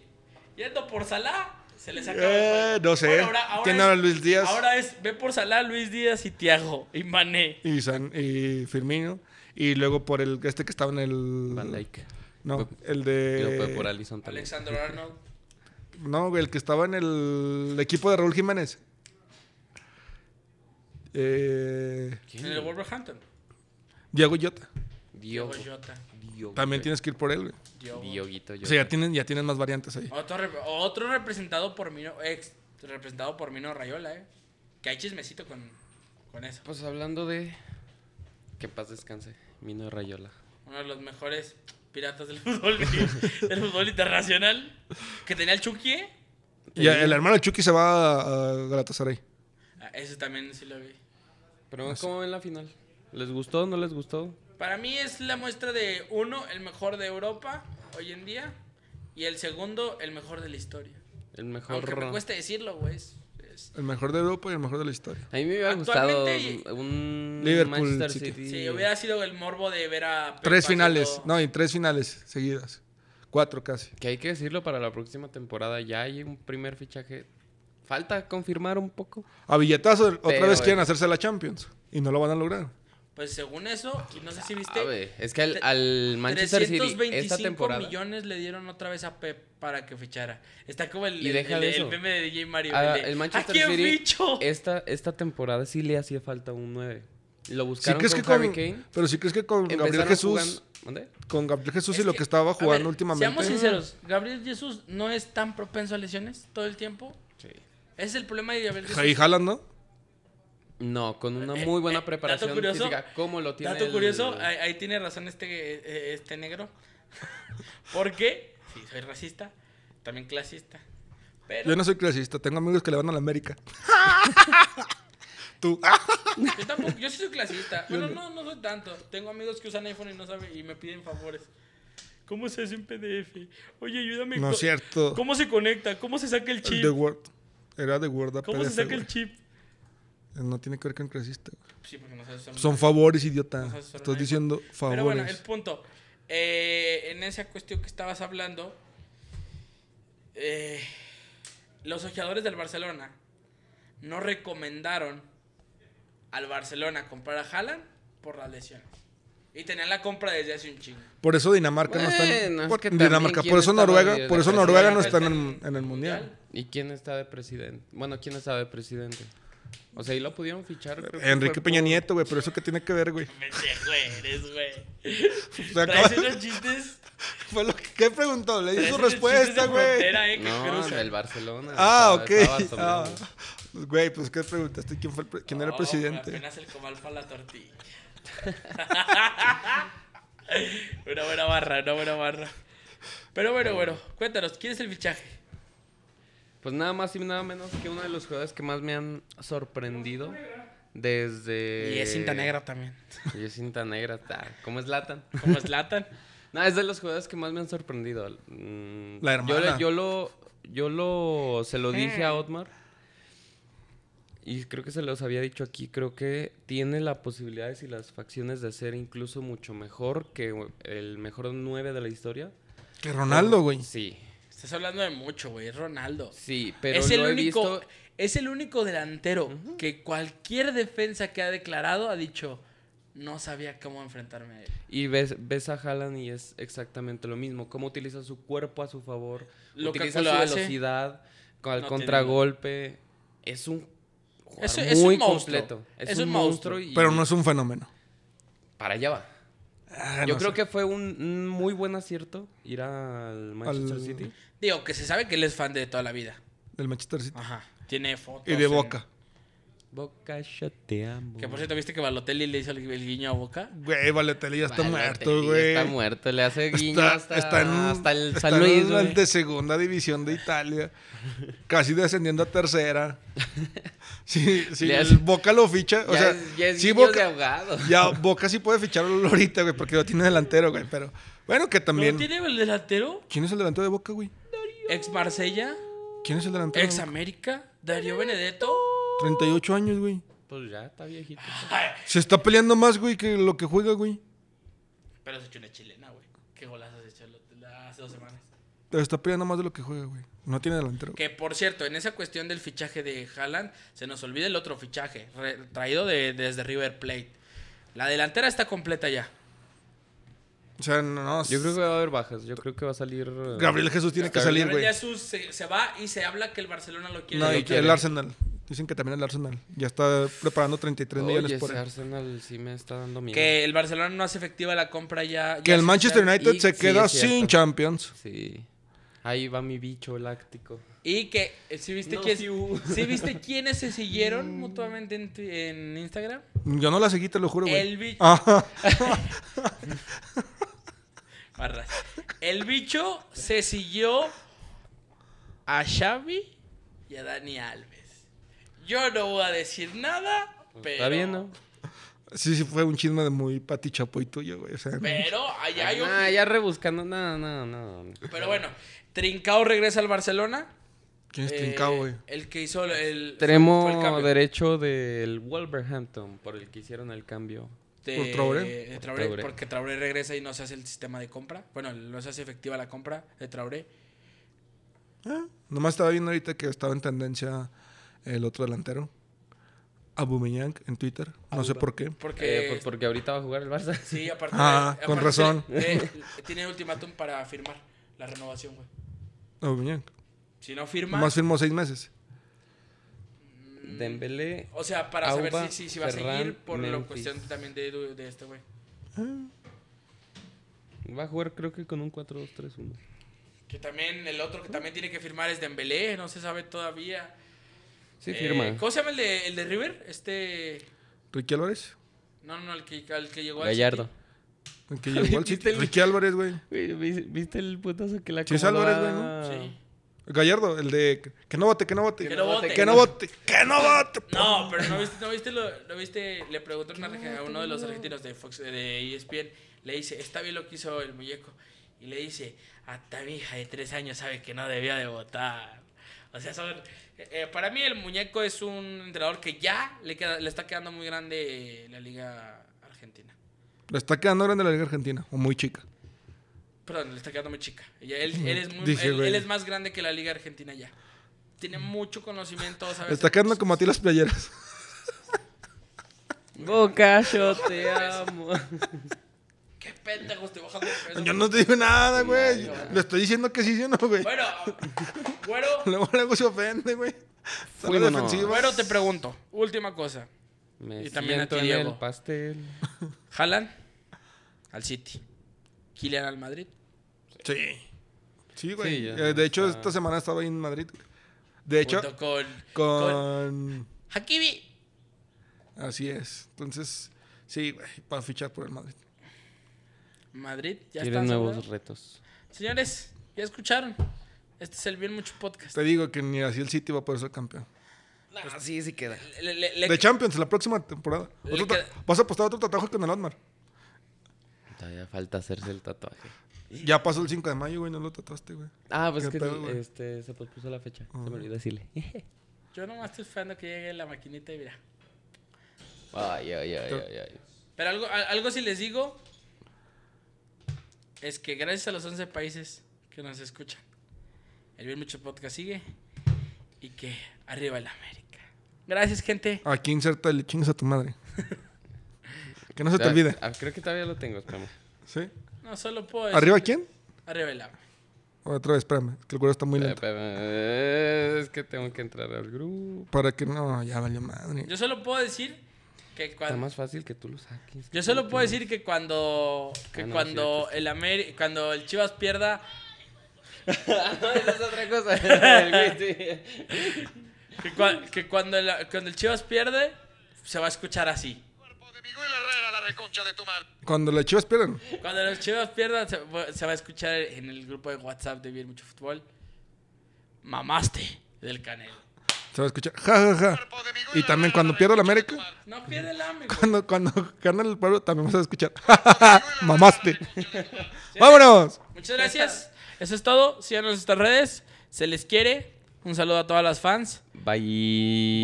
Yendo por Salah, se le saca. Eh, no sé. ¿Quién es- habla Luis Díaz? Ahora es: ve por Salah, Luis Díaz y Tiago. Y Mané. Y, San, y Firmino. Y luego por el este que estaba en el... Van Dijk. No, Fue- el Yo fue de... por Alisson también. Alexander Arnold. No, güey, el que estaba en el equipo de Raúl Jiménez. Eh, En el Wolverhampton. Diego Llota. Diego Dios. Jota. Dios. También tienes que ir por él, güey. Diogo. Dioguito. O sea, ya tienen, ya tienen más variantes ahí. Otro, rep- otro representado por Mino, ex representado por Mino Rayola, eh. Que hay chismecito con, con eso. Pues hablando de... Que paz descanse. Mino Rayola. Uno de los mejores piratas del fútbol, del fútbol internacional. Que tenía el Chucky, eh. Y el hermano Chucky se va a, a Galatasaray. Ah, Ese también sí lo vi. Pero Ah, ¿cómo ven la final? ¿Les gustó o no les gustó? Para mí es la muestra de uno, el mejor de Europa hoy en día. Y el segundo, el mejor de la historia. El mejor... Aunque me cueste decirlo, güey. es- es- El mejor de Europa y el mejor de la historia. A mí me hubiera gustado Actualmente- un Liverpool Manchester City. City. Si hubiera sido el morbo de ver a. Pep Tres haciendo- finales. No, y tres finales seguidas. Cuatro casi. Que hay que decirlo para la próxima temporada. Ya hay un primer fichaje. Falta confirmar un poco. A billetazo, otra Pero, vez quieren güey. hacerse la Champions. Y no lo van a lograr. Pues según eso, y no sé si viste. Sabe, Ah, Es que al, al Manchester City 325 esta temporada. millones le dieron otra vez a Pep para que fichara. Está como el, Y el, deja el- de el eso. meme de DJ Mario. a- el de, Ah, el Manchester ¿A quién City ficho? esta, esta temporada sí le hacía falta un 9. Lo Si buscaron crees con que con, Harry Kane. pero si crees que con Gabriel empezaron Jesús, jugando- ¿Mande? con Gabriel Jesús Es y lo que, estaba a jugando ver, últimamente. Seamos sinceros, Gabriel Jesús no es tan propenso a lesiones todo el tiempo. Sí. Ese es el problema de Gabriel Jesús. Ahí jalan, ¿no? No, con una Eh, muy eh, buena dato preparación curioso, física. ¿Cómo lo tiene? Dato el- curioso, ahí, ahí tiene razón este, eh, este negro. Porque, sí, soy racista, también clasista. Pero Yo no soy clasista, tengo amigos que le van a la América. Tú. ah, Yo tampoco, yo sí soy clasista. Bueno, no, no soy tanto. Tengo amigos que usan iPhone y no saben y me piden favores. ¿Cómo se hace un PDF? Oye, ayúdame. No co- es cierto. ¿Cómo se conecta? ¿Cómo se saca el El chip? de Word. Era de Word. a ¿Cómo se PDF, saca el güey. chip? No tiene que ver con clasista. güey. Sí, porque no sabes usar un- Son favores, idiota. No sabes usar Estás un diciendo favores. Pero bueno, el punto. eh, en esa cuestión que estabas hablando, eh, los ojeadores del Barcelona no recomendaron al Barcelona comprar a Haaland por las lesiones. Y tenían la compra desde hace un chingo. Por eso Dinamarca no está Bueno, en es por, que también Dinamarca, quién por eso estaba Noruega, de- por eso de Noruega no presidente. está en Pues, el, en el mundial. ¿Y quién está de presidente? Bueno, ¿quién está de presidente? O sea, ahí lo pudieron fichar. creo que Enrique fue Peña por- Nieto, güey, pero eso que tiene que ver, güey. Pendejo eres, güey. sea, Traes acaba- unos chistes Fue lo que, ¿qué preguntó? Le di Tres su chistes de respuesta, güey. frontera, eh, que No, cruza. del Barcelona. Ah, estaba- ok. estaba Ah. sobrando. Pues, Güey, pues ¿qué preguntaste? ¿Quién, fue el pre- quién era el Oh, güey, presidente? apenas el comal para la tortilla. una buena barra, una buena barra. Pero bueno, bueno, cuéntanos, ¿quién es el fichaje? Pues nada más y nada menos que uno de los jugadores que más me han sorprendido desde... Y es Eh, cinta negra también. Y es cinta negra, ta, ¿cómo es Latan? Como Slatan. No, es de los jugadores que más me han sorprendido. Mm, La Yo, le- hermana. yo lo, yo lo, se lo dije a Otmar. Y creo que se los había dicho aquí. Creo que tiene las posibilidades y las facciones de ser incluso mucho mejor que el mejor 9 de la historia. Que Ronaldo, güey. Sí, Estás hablando de mucho, güey. Es Ronaldo. sí, pero es, el lo he único, visto. es el único delantero que cualquier defensa que ha declarado ha dicho, no sabía cómo enfrentarme a él. Y ves, ves a Haaland y es exactamente lo mismo. Cómo utiliza su cuerpo a su favor. Lukaku utiliza su lo hace. velocidad. Con el No tiene- contragolpe. Es un jugador Es- es un muy monstruo. completo. Es, un, monstruo. y- Pero no es un fenómeno. para allá va. Ah, Yo no creo sé. que fue un un muy buen acierto ir al Manchester Al- City. Digo, que se sabe que él es fan de toda la vida. Del Manchester City. Ajá. Tiene Ah, fotos. y de en- Boca. Boca, yo te amo. Que por cierto, ¿viste que Balotelli le hizo el, el guiño a Boca? Güey, Balotelli ya está Vale, muerto, Pelé güey. Está muerto, le hace guiño Está, hasta, está en, hasta el está San Luis, en la güey. de segunda división de Italia. casi descendiendo a tercera. Si sí, Le el hace- Boca lo ficha. O Ya sea, es, ya es sí, guiño Boca, de ahogado. ya Boca sí puede ficharlo ahorita, güey, porque lo tiene delantero, güey. Pero bueno, que también. ¿No tiene el delantero? ¿Quién es el delantero de Boca, güey? Ex Marsella, ¿Quién es el delantero? ex América, Darío Benedetto. 38 años, güey. Pues ya está viejito. Se está peleando más, güey, que lo que juega, güey. Pero se echó una chilena, güey. Qué golazo se echó el- la- hace dos semanas. Pero está peleando más de lo que juega, güey. No tiene delantero. Que por cierto, en esa cuestión del fichaje de Haaland, se nos olvida el otro fichaje, re- traído de- desde River Plate. La delantera está completa ya. O sea, no. Yo creo que va a haber bajas. Yo creo que va a salir. eh, Gabriel Jesús tiene que salir, Gabriel güey. Jesús se, se va y se habla que el Barcelona lo quiere. No, lo y quiere. el Arsenal. Dicen que también el Arsenal. Ya está preparando 33 Oye, millones por ese él. Arsenal sí me está dando miedo. que el Barcelona no hace efectiva la compra ya. Que ya el se- Manchester ya- United y- se sí, queda es cierto. sin Champions. Sí. Ahí va mi bicho láctico. Y que, eh, ¿sí viste, No, quién- sí hubo. sí viste quiénes se siguieron mutuamente en, tu- en Instagram? Yo no la seguí, te lo juro, güey. El bicho. Ajá. Barras. El bicho se siguió a Xavi y a Dani Alves. Yo no voy a decir nada, pero. Pues, Está bien, ¿no? Sí, sí, fue un chisme de muy Pati Chapoy tuyo, güey. O sea, no. Pero allá hay un- Ah, ya rebuscando. No, no, no. Pero bueno, Trincao regresa al Barcelona. ¿quién es Eh, Trincao, güey? El que hizo el. fue el Extremo cambio derecho del Wolverhampton, por el que hicieron el cambio. de- por Traoré. de Por Traoré, Traoré. Porque Traoré regresa y no se hace el sistema de compra. Bueno, no se hace efectiva la compra de Traoré. Ah, nomás estaba viendo ahorita que estaba en tendencia el otro delantero. Aubameyang en Twitter. No sé por qué. Porque. Eh, pues porque ahorita va a jugar el Barça. Sí, aparte. Ah, de- con aparte razón. de- de- tiene ultimátum para firmar la renovación, güey. Aubameyang. Si no firma. Nomás firmó seis meses. Mm. Dembélé. O sea, para Auba, saber si, si, si va a Ferran, seguir por la Memphis. cuestión también de, de este güey. Va a jugar creo que con un 4-2-3-1. Que también el otro que también tiene que firmar es Dembélé, no se sabe todavía. Sí, Eh, firma. ¿Cómo se llama el de, el de River? Este... Ricky Álvarez. No, no, el que, al que llegó al Gallardo. el que llegó al City. ¿Viste el- Ricky Álvarez, güey. Güey, ¿vi- ¿Viste el putazo que la Sí, es Álvarez, güey, ¿no? Ah. City. Sí. Gallardo, el de que- que no vote, que no vote. Que no vote. Que no vote. Que no vote. No, pero no viste, no viste, lo, no viste le preguntó una arge- a uno de los argentinos de Fox, de E ESPN, le dice, está bien lo que hizo el muñeco. Y le dice, hasta mi hija de tres años sabe que no debía de votar. O sea, son- eh, eh, para mí el muñeco es un entrenador que ya le, queda- le está quedando muy grande la liga argentina. Le está quedando grande la Liga Argentina. O muy chica. Perdón, le está quedando muy chica. Ella- él, él es muy- Mm, Dije, él- güey. él es más grande que la liga argentina ya. Tiene mucho conocimiento, sabe Le está hacer quedando muchas como a ti las playeras. Boca, yo te amo. ¿Qué pendejos te bajan de peso? Yo no te digo nada, güey. Le estoy diciendo que sí, sí o no, güey. Bueno, güero, Luego, luego se ofende, güey. Está la Fuímonos. defensiva. güero, te pregunto. Última cosa. Me Y también a ti, siento en Diego. el pastel. Jalan al City. Kylian al Madrid. Sí. Sí, güey. Sí, ya Eh, de hecho, está. esta semana estaba ahí en Madrid. De hecho, Junto con. con... con... Hakibi. Así es. Entonces, sí, güey, para fichar por el Madrid. Madrid, ya está. Quieren nuevos asegurado. retos. Señores, ya escucharon. Este es el Bien Mucho Podcast. Te digo que ni así el City va a poder ser campeón. No, sí, sí queda. Le- le- le- De Champions la próxima temporada. Le Otro ta- queda- Vas a apostar otro tatajo con el Otmar. Todavía falta hacerse el tatuaje. Ya pasó el 5 de mayo, güey, no lo tatuaste, güey. Ah, pues ¿Qué que pedo, güey? este, se pospuso la fecha. Se me olvidó decirle. Yo nomás estoy esperando que llegue la maquinita y mira. ay, ay, ay, ay, ay. Pero algo, al- algo sí les digo es que gracias a los 11 países que nos escuchan, el Bien Mucho Podcast sigue y que arriba el América. Gracias, gente. Aquí inserta el chingas a tu madre. que no se te olvide. Ah, creo que todavía lo tengo, espérame. ¿Sí? No solo puedo decir ¿Arriba que- quién? Arriba el América. Otra vez, espérame. es que el cuero está muy lento. Espérame, Es que tengo que entrar al grupo. Para que no, ya valió madre. Yo solo puedo decir que Está cuando. más fácil que tú lo saques. Yo solo puedo decir que cuando. Que Ah, no, cuando el Ameri- cuando el Chivas pierda. no, esa es otra cosa. Que, cua- que cuando, el, cuando el Chivas pierde, se va a escuchar así. cuerpo de Miguel Herrera, la reconcha de tu madre. Cuando las chivas pierdan. Cuando los Chivas pierdan, se, va- se va a escuchar en el grupo de WhatsApp de Bien Mucho Fútbol. Mamaste del Canelo. Se va a escuchar. Ja, ja, ja. Cuerpo de Miguel Y Herrera, también cuando pierda la América, No pierde el amigo. cuando, cuando gana el pueblo, también vas a escuchar. "Ja, ja, ja, Mamaste. Vámonos. Muchas gracias. Eso es todo. Síganos en nuestras redes. Se les quiere. Un saludo a todas las fans. Bye.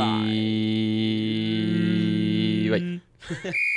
Bye. Bye.